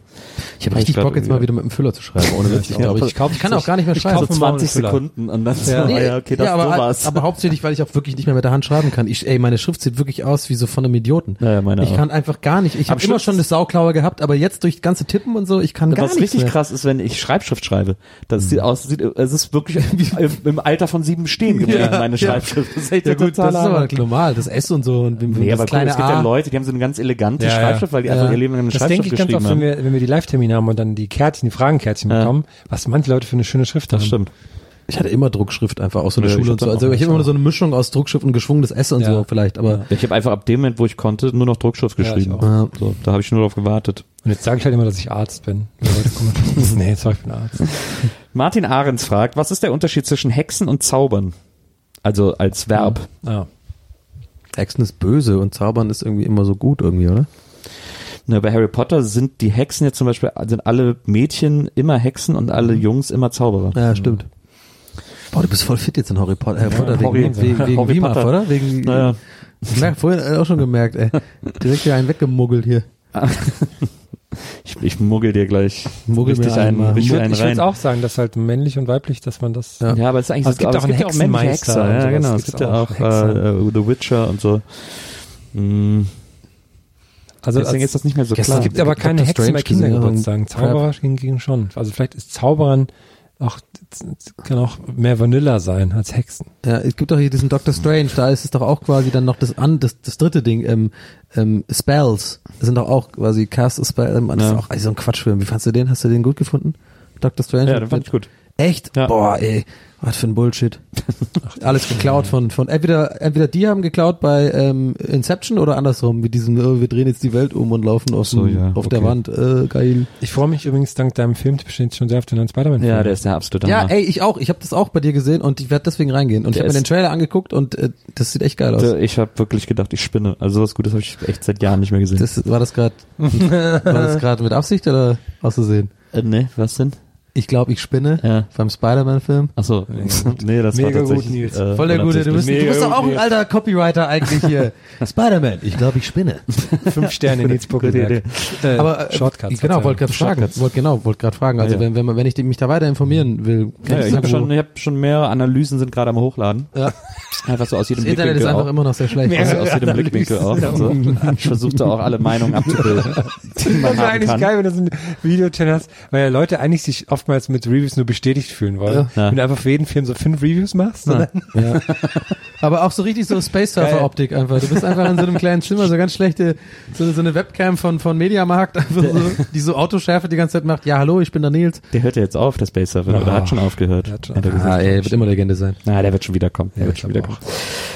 [SPEAKER 5] Ich habe richtig
[SPEAKER 3] glaub,
[SPEAKER 5] Bock, jetzt mal wieder mit dem Füller zu schreiben, ohne Witz. Ich, glaub, ich,
[SPEAKER 4] ich kauf-
[SPEAKER 5] ich kann auch gar nicht mehr
[SPEAKER 4] ich
[SPEAKER 5] schreiben.
[SPEAKER 3] So
[SPEAKER 4] kauf- Kaufen wir mal einen
[SPEAKER 3] 20
[SPEAKER 4] Füller.
[SPEAKER 3] Sekunden und dann so,
[SPEAKER 4] Ja.
[SPEAKER 3] ah
[SPEAKER 5] Nee,
[SPEAKER 3] ja, okay, das
[SPEAKER 5] aber, halt,
[SPEAKER 3] so war's.
[SPEAKER 5] aber hauptsächlich, weil ich auch wirklich nicht mehr mit der Hand schreiben kann. Ich, ey, meine Schrift sieht wirklich aus wie so von einem Idioten.
[SPEAKER 3] Ja, ja, meine
[SPEAKER 5] ich
[SPEAKER 3] auch.
[SPEAKER 5] kann einfach gar nicht. Ich
[SPEAKER 3] Am
[SPEAKER 5] habe immer
[SPEAKER 3] Schluss-
[SPEAKER 5] schon das Sauklaue gehabt, aber jetzt durch ganze Tippen und so, ich kann gar
[SPEAKER 3] Was
[SPEAKER 5] nichts
[SPEAKER 3] richtig
[SPEAKER 5] mehr. Hm.
[SPEAKER 3] krass ist, wenn ich Schreibschrift schreibe. Das sieht aus, sieht, es ist wirklich im, im Alter von sieben stehen geblieben, meine Schreibschrift. Das ist echt
[SPEAKER 5] Ja
[SPEAKER 3] der
[SPEAKER 5] gut, das ist
[SPEAKER 3] totale
[SPEAKER 5] aber
[SPEAKER 3] Hammer.
[SPEAKER 5] normal, das S und so und
[SPEAKER 3] Nee,
[SPEAKER 5] das
[SPEAKER 3] aber guck,
[SPEAKER 5] kleine
[SPEAKER 3] es gibt ja
[SPEAKER 5] A.
[SPEAKER 3] Leute, die haben so eine ganz elegante
[SPEAKER 4] Ja, ja.
[SPEAKER 3] Schreibschrift, weil die
[SPEAKER 5] Ja.
[SPEAKER 3] einfach ihr Leben lang eine
[SPEAKER 4] Das denke
[SPEAKER 3] Schreibschrift
[SPEAKER 4] ich ganz
[SPEAKER 3] geschrieben
[SPEAKER 4] oft, wenn
[SPEAKER 3] haben.
[SPEAKER 4] wir, wenn wir die Live-Termine haben und dann die Kärtchen, die Fragenkärtchen bekommen, was manche Leute für eine schöne Schrift haben.
[SPEAKER 3] Das stimmt.
[SPEAKER 5] Ich hatte immer Druckschrift einfach aus so einer
[SPEAKER 3] Ja, ich
[SPEAKER 5] Schule
[SPEAKER 3] hab
[SPEAKER 5] und so.
[SPEAKER 3] dann auch
[SPEAKER 5] Also ich habe
[SPEAKER 3] Mischung.
[SPEAKER 5] immer so eine Mischung aus Druckschrift und geschwungenes S und
[SPEAKER 4] Ja.
[SPEAKER 5] so vielleicht, aber
[SPEAKER 3] Ich habe einfach ab dem Moment, wo ich konnte, nur noch Druckschrift
[SPEAKER 4] ich
[SPEAKER 3] geschrieben.
[SPEAKER 4] auch.
[SPEAKER 3] Ja, so, da habe ich nur darauf gewartet.
[SPEAKER 4] Und jetzt sage ich halt immer, dass ich Arzt bin. Die Leute kommen, nee, jetzt sag ich bin Arzt.
[SPEAKER 3] Martin Ahrens fragt, was ist der Unterschied zwischen Hexen und Zaubern? Also als Verb.
[SPEAKER 5] Hm.
[SPEAKER 4] Ah.
[SPEAKER 5] Hexen ist böse und Zaubern ist irgendwie immer so gut irgendwie, oder?
[SPEAKER 3] Na, Ne, bei Harry Potter sind die Hexen jetzt zum Beispiel, sind alle Mädchen immer Hexen und
[SPEAKER 5] Hm.
[SPEAKER 3] alle Jungs immer Zauberer.
[SPEAKER 5] Ja, stimmt. Boah, du bist voll fit jetzt in Harry Potter, Harry Potter wegen,
[SPEAKER 3] Harry-
[SPEAKER 5] wegen, wegen
[SPEAKER 3] Harry
[SPEAKER 5] WIMAF,
[SPEAKER 3] Potter.
[SPEAKER 5] oder? Wegen,
[SPEAKER 3] Naja.
[SPEAKER 5] Ich merk, vorhin auch schon gemerkt, ey. Direkt hier einen weggemuggelt hier.
[SPEAKER 3] Ich, ich muggel dir gleich
[SPEAKER 5] Muggel
[SPEAKER 3] richtig
[SPEAKER 5] mir einen
[SPEAKER 3] einen,
[SPEAKER 5] mal.
[SPEAKER 4] Ich
[SPEAKER 3] richtig
[SPEAKER 4] würde
[SPEAKER 3] einen
[SPEAKER 4] ich
[SPEAKER 3] rein.
[SPEAKER 4] würd auch sagen, dass halt männlich und weiblich, dass man das. Ja.
[SPEAKER 3] Ja, aber es ist eigentlich
[SPEAKER 4] Aber es gibt
[SPEAKER 3] aber
[SPEAKER 4] auch einen
[SPEAKER 3] ja männliche
[SPEAKER 4] Hexenmeister und
[SPEAKER 3] Hexer, ja,
[SPEAKER 4] sowas
[SPEAKER 3] genau. Es
[SPEAKER 4] gibt's
[SPEAKER 3] gibt ja
[SPEAKER 4] auch,
[SPEAKER 3] auch,
[SPEAKER 4] Hexer.
[SPEAKER 3] äh, The Witcher und so. Hm,
[SPEAKER 4] Also
[SPEAKER 3] deswegen
[SPEAKER 4] als-
[SPEAKER 3] ist das nicht mehr so
[SPEAKER 5] Gestern
[SPEAKER 3] klar.
[SPEAKER 4] es gibt aber
[SPEAKER 5] Ich hab
[SPEAKER 4] keine
[SPEAKER 5] das
[SPEAKER 4] Hexen
[SPEAKER 5] Strange
[SPEAKER 4] bei
[SPEAKER 5] gesehen,
[SPEAKER 4] Kindergeburtstagen.
[SPEAKER 5] aber-
[SPEAKER 4] Zauberer hingegen schon. Also vielleicht ist Zauberern auch kann auch mehr Vanilla sein als Hexen.
[SPEAKER 5] Ja, es gibt doch hier diesen Doctor Strange, da ist es doch auch quasi dann noch das an das, das dritte Ding, ähm, ähm, Spells. Das sind doch auch quasi Cast a Spell, ähm, das
[SPEAKER 3] Ja.
[SPEAKER 5] ist auch also so ein Quatschfilm. Wie fandst du den? Hast du den gut gefunden? Doctor Strange?
[SPEAKER 3] Ja, den fand ich gut.
[SPEAKER 5] Echt?
[SPEAKER 3] Ja.
[SPEAKER 5] Boah, ey, was für ein Bullshit. Alles geklaut von, von entweder, entweder die haben geklaut bei ähm, Inception oder andersrum, mit diesem, äh, wir drehen jetzt die Welt um und laufen auf,
[SPEAKER 3] So,
[SPEAKER 5] dem-
[SPEAKER 3] ja,
[SPEAKER 5] auf der
[SPEAKER 3] okay.
[SPEAKER 5] Wand. Äh, geil.
[SPEAKER 4] Ich freue mich übrigens dank deinem Film bestimmt schon sehr auf den neuen Spider-Man.
[SPEAKER 3] Ja, der ist der absolute
[SPEAKER 5] Ja,
[SPEAKER 3] Hammer.
[SPEAKER 5] ey, ich auch. Ich habe das auch bei dir gesehen und ich werde deswegen reingehen. Und ich
[SPEAKER 3] Der
[SPEAKER 5] habe mir
[SPEAKER 3] ist-
[SPEAKER 5] den Trailer angeguckt und äh, das sieht echt geil aus.
[SPEAKER 3] Also Ich habe wirklich gedacht, ich spinne. Also sowas Gutes habe ich echt seit Jahren nicht mehr gesehen.
[SPEAKER 5] Das, war das gerade war das gerade mit Absicht oder aus Versehen?
[SPEAKER 3] äh, nee, was denn?
[SPEAKER 5] Ich glaube, ich spinne
[SPEAKER 3] Ja.
[SPEAKER 5] beim Spider-Man-Film.
[SPEAKER 3] Achso, nee, das
[SPEAKER 4] Mega
[SPEAKER 3] war
[SPEAKER 4] gut,
[SPEAKER 3] tatsächlich...
[SPEAKER 4] Nils.
[SPEAKER 3] äh,
[SPEAKER 5] Voll der Gute, du bist,
[SPEAKER 3] unabsichtlich.
[SPEAKER 5] du bist doch auch ein alter Copywriter eigentlich hier. Spider-Man, ich glaube, ich spinne.
[SPEAKER 4] Fünf Sterne in Nils Buckelberg. Äh,
[SPEAKER 5] Aber äh,
[SPEAKER 4] Shortcuts.
[SPEAKER 5] genau,
[SPEAKER 4] sozusagen.
[SPEAKER 5] wollte gerade fragen.
[SPEAKER 3] Shortcuts.
[SPEAKER 5] Wollt, genau, wollte gerade fragen. Also
[SPEAKER 3] Ja, ja.
[SPEAKER 5] wenn, wenn, man, wenn ich mich da weiter informieren will, kann
[SPEAKER 3] Ja,
[SPEAKER 5] Mhm. ich
[SPEAKER 3] ich habe
[SPEAKER 5] sagen,
[SPEAKER 3] schon,
[SPEAKER 5] wo-
[SPEAKER 3] ich hab schon mehrere Analysen sind gerade am Hochladen.
[SPEAKER 5] Ja.
[SPEAKER 3] Einfach so aus jedem
[SPEAKER 5] das Internet ist
[SPEAKER 3] Blickwinkel
[SPEAKER 5] einfach
[SPEAKER 3] auch.
[SPEAKER 5] immer noch sehr schlecht.
[SPEAKER 3] Also
[SPEAKER 5] Also,
[SPEAKER 3] aus jedem Blickwinkel auch. Und so. Ich versuchte auch alle Meinungen abzubilden, die
[SPEAKER 4] Das
[SPEAKER 3] man
[SPEAKER 4] wäre
[SPEAKER 3] haben
[SPEAKER 4] eigentlich
[SPEAKER 3] kann.
[SPEAKER 4] geil, wenn du so einen Videochannel hast, weil ja Leute eigentlich sich oftmals mit Reviews nur bestätigt fühlen wollen.
[SPEAKER 3] Ja.
[SPEAKER 4] Wenn du einfach für jeden Film so fünf Reviews mast Also, Ja.
[SPEAKER 5] Aber auch so richtig so Space Surfer Optik einfach. Du bist einfach in so einem kleinen Zimmer, so ganz schlechte, so, so eine Webcam von, von Mediamarkt, einfach so, die so Autoschärfe die ganze Zeit macht. Ja, hallo, ich bin der Nils.
[SPEAKER 3] Der hört ja jetzt auf, der Space Surfer, oder hat schon aufgehört.
[SPEAKER 4] Oh, hat schon
[SPEAKER 3] hat er gesagt.
[SPEAKER 5] Ah, ey, wird immer Legende sein.
[SPEAKER 3] Na, der wird schon wiederkommen. Der wird schon
[SPEAKER 4] glaub
[SPEAKER 3] wiederkommen.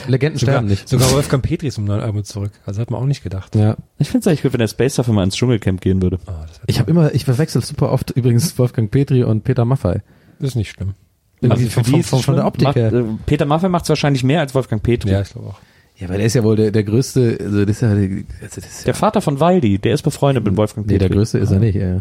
[SPEAKER 5] Legenden
[SPEAKER 4] Sogar,
[SPEAKER 5] sterben nicht.
[SPEAKER 4] sogar Wolfgang Petri ist um neun Album zurück. Also hat man auch nicht gedacht.
[SPEAKER 5] Ja.
[SPEAKER 3] Ich finde es eigentlich gut, wenn der Space Surfer mal ins Dschungelcamp gehen würde.
[SPEAKER 4] Ah, das, wär-
[SPEAKER 5] Ich habe immer, ich verwechsel super oft übrigens Wolfgang Petri und Peter Maffei.
[SPEAKER 4] das ist nicht schlimm.
[SPEAKER 3] Also
[SPEAKER 5] Irgendwie
[SPEAKER 4] für die
[SPEAKER 5] von,
[SPEAKER 4] ist es
[SPEAKER 5] von, von der
[SPEAKER 4] schlimm.
[SPEAKER 5] Optik
[SPEAKER 3] Macht,
[SPEAKER 5] her.
[SPEAKER 3] äh, Peter Maffay macht es wahrscheinlich mehr als Wolfgang Petri.
[SPEAKER 4] Ja, ich glaube auch.
[SPEAKER 5] Ja, weil der ist ja wohl der, der größte, also das ist ja, also das ist ja
[SPEAKER 3] Der Vater von Waldi, der ist befreundet
[SPEAKER 4] Hm.
[SPEAKER 3] mit Wolfgang
[SPEAKER 5] Nee,
[SPEAKER 3] Petri.
[SPEAKER 5] der Ah. größte ist er nicht, ey.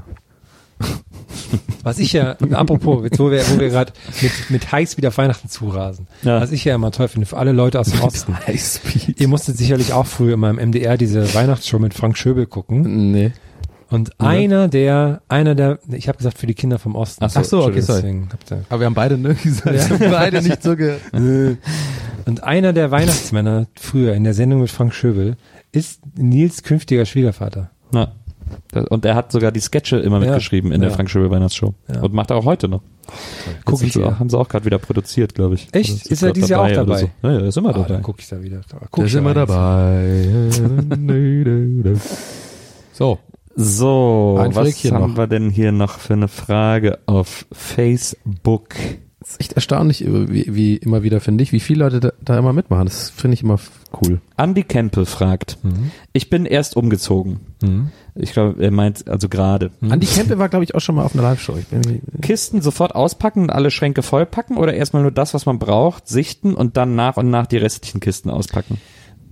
[SPEAKER 4] Was ich ja, apropos, jetzt wo wir, wo wir gerade mit, mit heiß wieder Weihnachten zurasen,
[SPEAKER 3] Ja.
[SPEAKER 4] was ich ja immer toll finde für alle Leute aus dem Osten.
[SPEAKER 5] Highspeed.
[SPEAKER 4] Ihr musstet sicherlich auch früher immer im MDR diese Weihnachtsshow mit Frank Schöbel gucken.
[SPEAKER 5] Nee.
[SPEAKER 4] Und einer der, einer der, ich habe gesagt für die Kinder vom Osten.
[SPEAKER 5] Ach so, okay, sorry.
[SPEAKER 4] Deswegen habt ihr-
[SPEAKER 5] Aber wir haben beide ne, gesagt, wir haben beide nicht so ge
[SPEAKER 4] Und einer der Weihnachtsmänner früher in der Sendung mit Frank Schöbel ist Nils künftiger Schwiegervater.
[SPEAKER 3] Ja. Das- Und er hat sogar die Sketche immer
[SPEAKER 4] Ja.
[SPEAKER 3] mitgeschrieben in der
[SPEAKER 4] Ja.
[SPEAKER 3] Frank Schöbel Weihnachtsshow.
[SPEAKER 4] Ja.
[SPEAKER 3] Und macht er auch heute noch.
[SPEAKER 4] guck
[SPEAKER 3] Jetzt
[SPEAKER 4] ich
[SPEAKER 3] sind sie
[SPEAKER 4] ja.
[SPEAKER 3] auch, haben sie auch gerade wieder produziert, glaube ich.
[SPEAKER 4] Echt?
[SPEAKER 3] Oder
[SPEAKER 4] Ist er
[SPEAKER 3] grad
[SPEAKER 4] dieses Jahr auch
[SPEAKER 3] oder
[SPEAKER 4] dabei?
[SPEAKER 3] So. Ja, ja, er ist immer
[SPEAKER 4] Ah,
[SPEAKER 3] dabei.
[SPEAKER 4] dann guck ich da wieder. Da guck
[SPEAKER 5] Da
[SPEAKER 4] ich
[SPEAKER 5] sind
[SPEAKER 4] da
[SPEAKER 5] wir
[SPEAKER 4] rein.
[SPEAKER 5] dabei. so.
[SPEAKER 3] So,
[SPEAKER 5] Ein
[SPEAKER 3] was
[SPEAKER 5] Fleckchen
[SPEAKER 3] haben
[SPEAKER 5] noch.
[SPEAKER 3] wir denn hier noch für eine Frage auf Facebook?
[SPEAKER 5] Es ist echt erstaunlich, äh, wie, wie immer wieder, finde ich, wie viele Leute da, da immer mitmachen. Das finde ich immer f- cool.
[SPEAKER 3] Andy Kempel fragt, ich bin erst umgezogen. Ich glaube, er meint also gerade.
[SPEAKER 5] Andy Kempe war, glaube ich, auch schon mal auf einer Live-Show. Ich bin irgendwie-
[SPEAKER 3] Kisten sofort auspacken und alle Schränke vollpacken oder erstmal nur das, was man braucht, sichten und dann nach und nach die restlichen Kisten auspacken?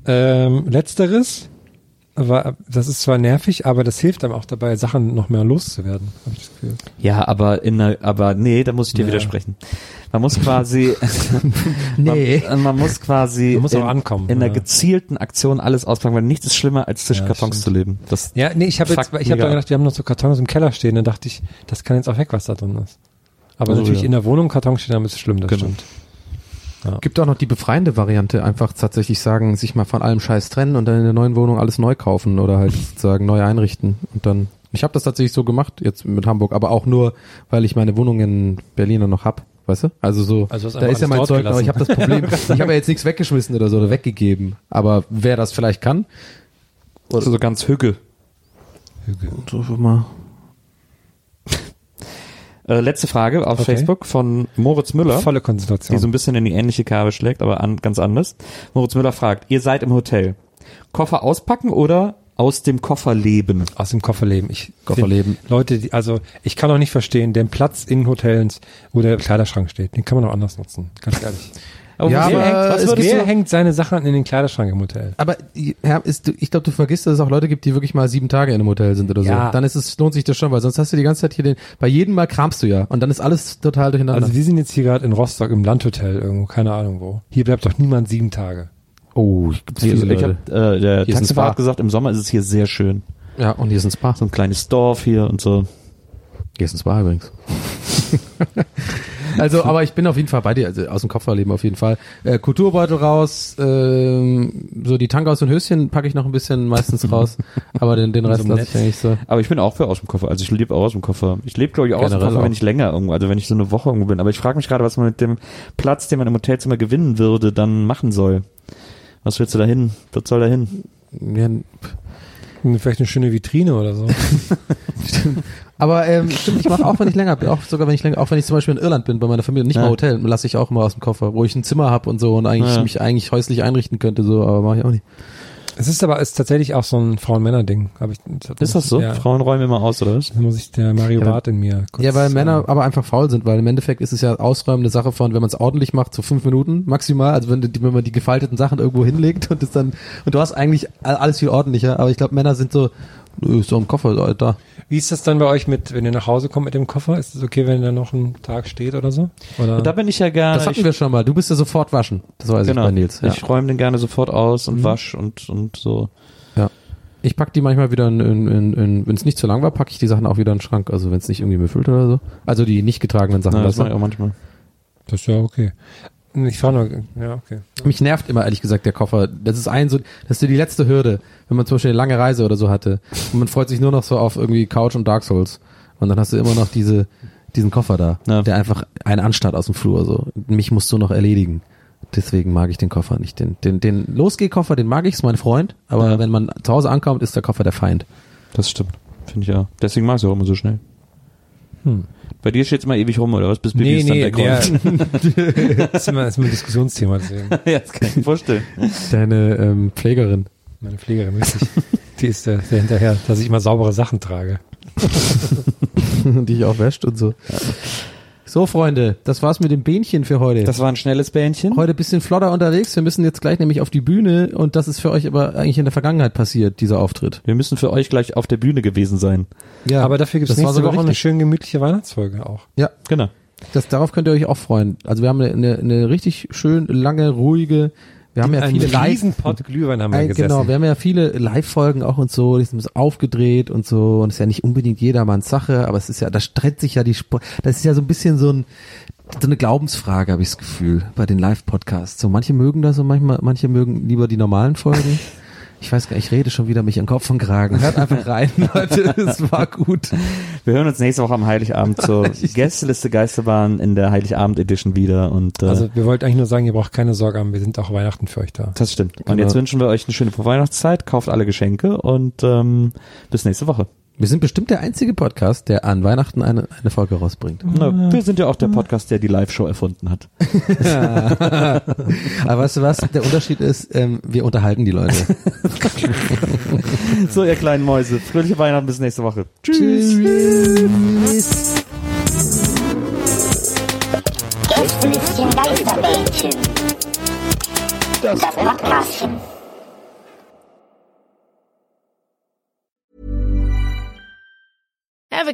[SPEAKER 4] Ähm, letzteres, war, das ist zwar nervig, aber das hilft einem auch dabei, Sachen noch mehr loszuwerden. Hab ich das Gefühl.
[SPEAKER 3] Ja, aber in einer, aber nee, da muss ich dir
[SPEAKER 4] Ja.
[SPEAKER 3] widersprechen. Man muss quasi,
[SPEAKER 5] Nee.
[SPEAKER 3] man, man muss quasi
[SPEAKER 4] Man muss
[SPEAKER 3] in,
[SPEAKER 4] auch ankommen,
[SPEAKER 3] in einer
[SPEAKER 4] ja.
[SPEAKER 3] gezielten Aktion alles auspacken, weil nichts ist schlimmer als zwischen
[SPEAKER 4] Ja,
[SPEAKER 3] Kartons zu
[SPEAKER 4] stimmt.
[SPEAKER 3] leben. Das
[SPEAKER 4] Ja, nee, ich habe
[SPEAKER 3] Fuck,
[SPEAKER 4] jetzt, ich habe
[SPEAKER 3] mega.
[SPEAKER 4] da gedacht, wir haben noch so Kartons im Keller stehen, dann dachte ich, das kann jetzt auch weg, was da drin ist. Aber
[SPEAKER 3] Also,
[SPEAKER 4] natürlich
[SPEAKER 3] ja.
[SPEAKER 4] in der Wohnung Karton stehen, dann ist es schlimm, das
[SPEAKER 3] Genau.
[SPEAKER 4] stimmt.
[SPEAKER 5] Gibt auch noch die befreiende Variante, einfach tatsächlich sagen, sich mal von allem Scheiß trennen und dann in der neuen Wohnung alles neu kaufen oder halt sozusagen neu einrichten und dann. Ich habe das tatsächlich so gemacht jetzt mit Hamburg, aber auch nur, weil ich meine Wohnung in Berlin dann noch hab, weißt du? Also so,
[SPEAKER 4] Also hast
[SPEAKER 5] da
[SPEAKER 4] einfach
[SPEAKER 5] ist ja
[SPEAKER 4] alles
[SPEAKER 5] mein
[SPEAKER 4] dort
[SPEAKER 5] Zeug, aber ich
[SPEAKER 4] gelassen.
[SPEAKER 5] habe das Problem, ich habe ja jetzt nichts weggeschmissen oder so oder weggegeben, aber wer das vielleicht kann,
[SPEAKER 3] ist so ganz hügge.
[SPEAKER 5] so mal.
[SPEAKER 3] Äh, letzte Frage auf
[SPEAKER 4] Okay.
[SPEAKER 3] Facebook von Moritz Müller,
[SPEAKER 4] Volle Konzentration.
[SPEAKER 3] die so ein bisschen in die ähnliche Kerbe schlägt, aber an, ganz anders. Moritz Müller fragt, ihr seid im Hotel. Koffer auspacken oder aus dem Koffer leben?
[SPEAKER 4] aus dem Kofferleben. Ich
[SPEAKER 5] Kofferleben.
[SPEAKER 4] find Leute, die, also ich kann auch nicht verstehen, den Platz in Hotels, wo der Kleiderschrank steht, den kann man auch anders nutzen. Ganz ehrlich.
[SPEAKER 3] Oh,
[SPEAKER 5] Ja,
[SPEAKER 4] wer
[SPEAKER 5] aber
[SPEAKER 4] hängt,
[SPEAKER 5] es
[SPEAKER 4] was
[SPEAKER 5] gibt
[SPEAKER 4] wer
[SPEAKER 5] so-
[SPEAKER 4] hängt seine Sachen in den Kleiderschrank im Hotel?
[SPEAKER 5] Aber ja, ist, ich glaube, du vergisst, dass es auch Leute gibt, die wirklich mal sieben Tage in einem Hotel sind oder
[SPEAKER 4] Ja.
[SPEAKER 5] so. Dann ist es lohnt sich das schon, weil sonst hast du die ganze Zeit hier den. Bei jedem Mal kramst du ja und dann ist alles total durcheinander.
[SPEAKER 4] Also wir sind jetzt hier gerade in Rostock im Landhotel irgendwo, keine Ahnung wo. Hier bleibt doch niemand sieben Tage.
[SPEAKER 5] oh, gibt's
[SPEAKER 3] Ich, ich hab, äh, der
[SPEAKER 5] Hier ist ein Spa.
[SPEAKER 3] Taxifahrer hat gesagt, im Sommer ist es hier sehr schön.
[SPEAKER 5] Ja, und hier ist ein Spa.
[SPEAKER 3] So ein kleines Dorf hier und so.
[SPEAKER 5] Hier ist ein Spa übrigens. also, aber ich bin auf jeden Fall bei dir, also aus dem Kopf erleben auf jeden Fall. Äh, Kulturbeutel raus, ähm, so die Tanke aus den Höschen packe ich noch ein bisschen meistens raus, aber den, den Rest
[SPEAKER 4] So
[SPEAKER 5] lasse
[SPEAKER 4] nett.
[SPEAKER 5] ich eigentlich so.
[SPEAKER 3] Aber ich bin auch für aus dem Koffer. Also ich lebe auch aus dem Koffer. Ich lebe, glaube ich, auch aus dem
[SPEAKER 5] Generell
[SPEAKER 3] Koffer, wenn
[SPEAKER 5] auch.
[SPEAKER 3] ich länger irgendwo, also wenn ich so eine Woche irgendwo bin. Aber ich frage mich gerade, was man mit dem Platz, den man im Hotelzimmer gewinnen würde, dann machen soll. Was willst du da hin? Was soll da hin?
[SPEAKER 5] Ja,
[SPEAKER 4] Vielleicht eine schöne Vitrine oder so.
[SPEAKER 5] aber ähm, stimmt, ich mache auch, wenn ich länger bin, auch sogar wenn ich länger, auch wenn ich zum Beispiel in Irland bin bei meiner Familie, und nicht
[SPEAKER 3] Ja.
[SPEAKER 5] mal Hotel, lasse ich auch immer aus dem Koffer, wo ich ein Zimmer habe und so und eigentlich
[SPEAKER 3] Ja.
[SPEAKER 5] mich eigentlich häuslich einrichten könnte, so, aber mache ich auch nicht.
[SPEAKER 4] es ist aber ist tatsächlich auch so ein Frauen-Männer-Ding. hab Ich,
[SPEAKER 3] Ist das so?
[SPEAKER 4] Ja,
[SPEAKER 3] Frauen räumen immer aus, oder was?
[SPEAKER 4] da muss ich der Mario
[SPEAKER 3] Ja, weil-
[SPEAKER 4] Barth in mir kurz,
[SPEAKER 5] Ja, weil
[SPEAKER 4] äh,
[SPEAKER 3] ähm,
[SPEAKER 5] Männer aber einfach faul sind, weil im Endeffekt ist es ja ausräumende Sache von, wenn man es ordentlich macht, so fünf Minuten maximal, also wenn, die, wenn man die gefalteten Sachen irgendwo hinlegt und es dann, und du hast eigentlich all- alles viel ordentlicher, aber ich glaube, Männer sind so, "Nö, ist doch im Koffer, ist da.
[SPEAKER 4] Wie ist das dann bei euch mit, wenn ihr nach Hause kommt mit dem Koffer? Ist es okay, wenn da noch ein Tag steht oder so? Oder
[SPEAKER 3] Da bin ich ja gerne.
[SPEAKER 5] Das hatten
[SPEAKER 3] ich,
[SPEAKER 5] wir schon mal, du bist ja sofort waschen, das weiß
[SPEAKER 3] genau.
[SPEAKER 5] ich bei Nils. Ja.
[SPEAKER 3] Ich räume den gerne sofort aus und wasch und, und so.
[SPEAKER 5] Ja. Ich pack die manchmal wieder in, in, in, in wenn es nicht zu lang war, packe ich die Sachen auch wieder in den Schrank, also wenn es nicht irgendwie müffelt oder so. Also die nicht getragenen Sachen.
[SPEAKER 3] Na, das
[SPEAKER 5] weißt du?
[SPEAKER 3] mache ich auch manchmal.
[SPEAKER 4] das ist ja okay. Ich fahre nur, ja, okay.
[SPEAKER 5] Mich nervt immer ehrlich gesagt der Koffer. Das ist ein so, das ist so die letzte Hürde, wenn man zum Beispiel eine lange Reise oder so hatte und man freut sich nur noch so auf irgendwie Couch und Dark Souls und dann hast du immer noch diese diesen Koffer da,
[SPEAKER 3] Ja.
[SPEAKER 5] der einfach einen anstarrt aus dem Flur so. Mich musst du noch erledigen. Deswegen mag ich den Koffer nicht. Den den den Losgehkoffer, den mag ich, ist mein Freund, aber
[SPEAKER 3] Ja.
[SPEAKER 5] wenn man zu Hause ankommt, ist der Koffer der Feind.
[SPEAKER 3] Das stimmt. Finde ich ja. Deswegen machst du auch immer so schnell. Bei dir steht es immer ewig rum, oder was? Bis Bibi
[SPEAKER 4] Nee,
[SPEAKER 3] es
[SPEAKER 4] nee,
[SPEAKER 3] dann
[SPEAKER 4] der,
[SPEAKER 3] wegräumt.
[SPEAKER 4] das ist immer, ist immer ein Diskussionsthema, deswegen.
[SPEAKER 3] ja, das kann ich mir vorstellen.
[SPEAKER 5] Deine ähm, Pflegerin.
[SPEAKER 4] Meine Pflegerin, richtig. Die ist der, der hinterher, dass ich immer saubere Sachen trage.
[SPEAKER 5] die ich auch wäscht und so. So, Freunde, das war's mit dem Bähnchen für heute.
[SPEAKER 3] Das war ein schnelles Bähnchen.
[SPEAKER 5] heute ein bisschen flotter unterwegs. Wir müssen jetzt gleich nämlich auf die Bühne und das ist für euch aber eigentlich in der Vergangenheit passiert, dieser Auftritt.
[SPEAKER 3] Wir müssen für euch gleich auf der Bühne gewesen sein.
[SPEAKER 5] Ja,
[SPEAKER 4] Aber dafür gibt es
[SPEAKER 5] das war
[SPEAKER 4] nächste
[SPEAKER 5] sogar
[SPEAKER 4] Woche eine
[SPEAKER 5] richtig.
[SPEAKER 4] schön gemütliche Weihnachtsfolge auch.
[SPEAKER 5] Ja,
[SPEAKER 3] Genau.
[SPEAKER 5] das, darauf könnt ihr euch auch freuen. Also wir haben eine, eine, eine richtig schön lange, ruhige, wir haben ja
[SPEAKER 4] Ein
[SPEAKER 5] viele
[SPEAKER 4] riesen
[SPEAKER 5] Live-
[SPEAKER 4] Pott Glühwein haben wir
[SPEAKER 5] Ein-
[SPEAKER 4] gesessen.
[SPEAKER 5] Genau, wir haben ja viele Live-Folgen auch und so, die sind aufgedreht und so und es ist ja nicht unbedingt jedermanns Sache, aber es ist ja, da streckt sich ja die, Sp- das ist ja so ein bisschen so ein, so eine Glaubensfrage, habe ich das Gefühl, bei den Live-Podcasts. So manche mögen das und manchmal, manche mögen lieber die normalen Folgen. Ich weiß gar nicht, ich rede schon wieder mich im Kopf und Kragen. Hört einfach rein, Leute, es war gut.
[SPEAKER 3] Wir hören uns nächste Woche am Heiligabend zur Gästeliste Geisterbahn in der Heiligabend Edition wieder und äh,
[SPEAKER 4] Also wir wollten eigentlich nur sagen, ihr braucht keine Sorge haben, wir sind auch Weihnachten für euch da.
[SPEAKER 3] das stimmt. Und jetzt wünschen wir euch eine schöne Vorweihnachtszeit, kauft alle Geschenke und ähm, bis nächste Woche.
[SPEAKER 5] Wir sind bestimmt der einzige Podcast, der an Weihnachten eine, eine Folge rausbringt.
[SPEAKER 4] Mhm.
[SPEAKER 3] Na, wir sind ja auch der Podcast, der die Live-Show erfunden hat.
[SPEAKER 5] Aber weißt du was? Der Unterschied ist, ähm, wir unterhalten die Leute.
[SPEAKER 3] So, ihr kleinen Mäuse, fröhliche Weihnachten bis nächste Woche. Tschüss.
[SPEAKER 2] Gästelistchen Geisterbändchen. Das Podcastchen.
[SPEAKER 6] Ever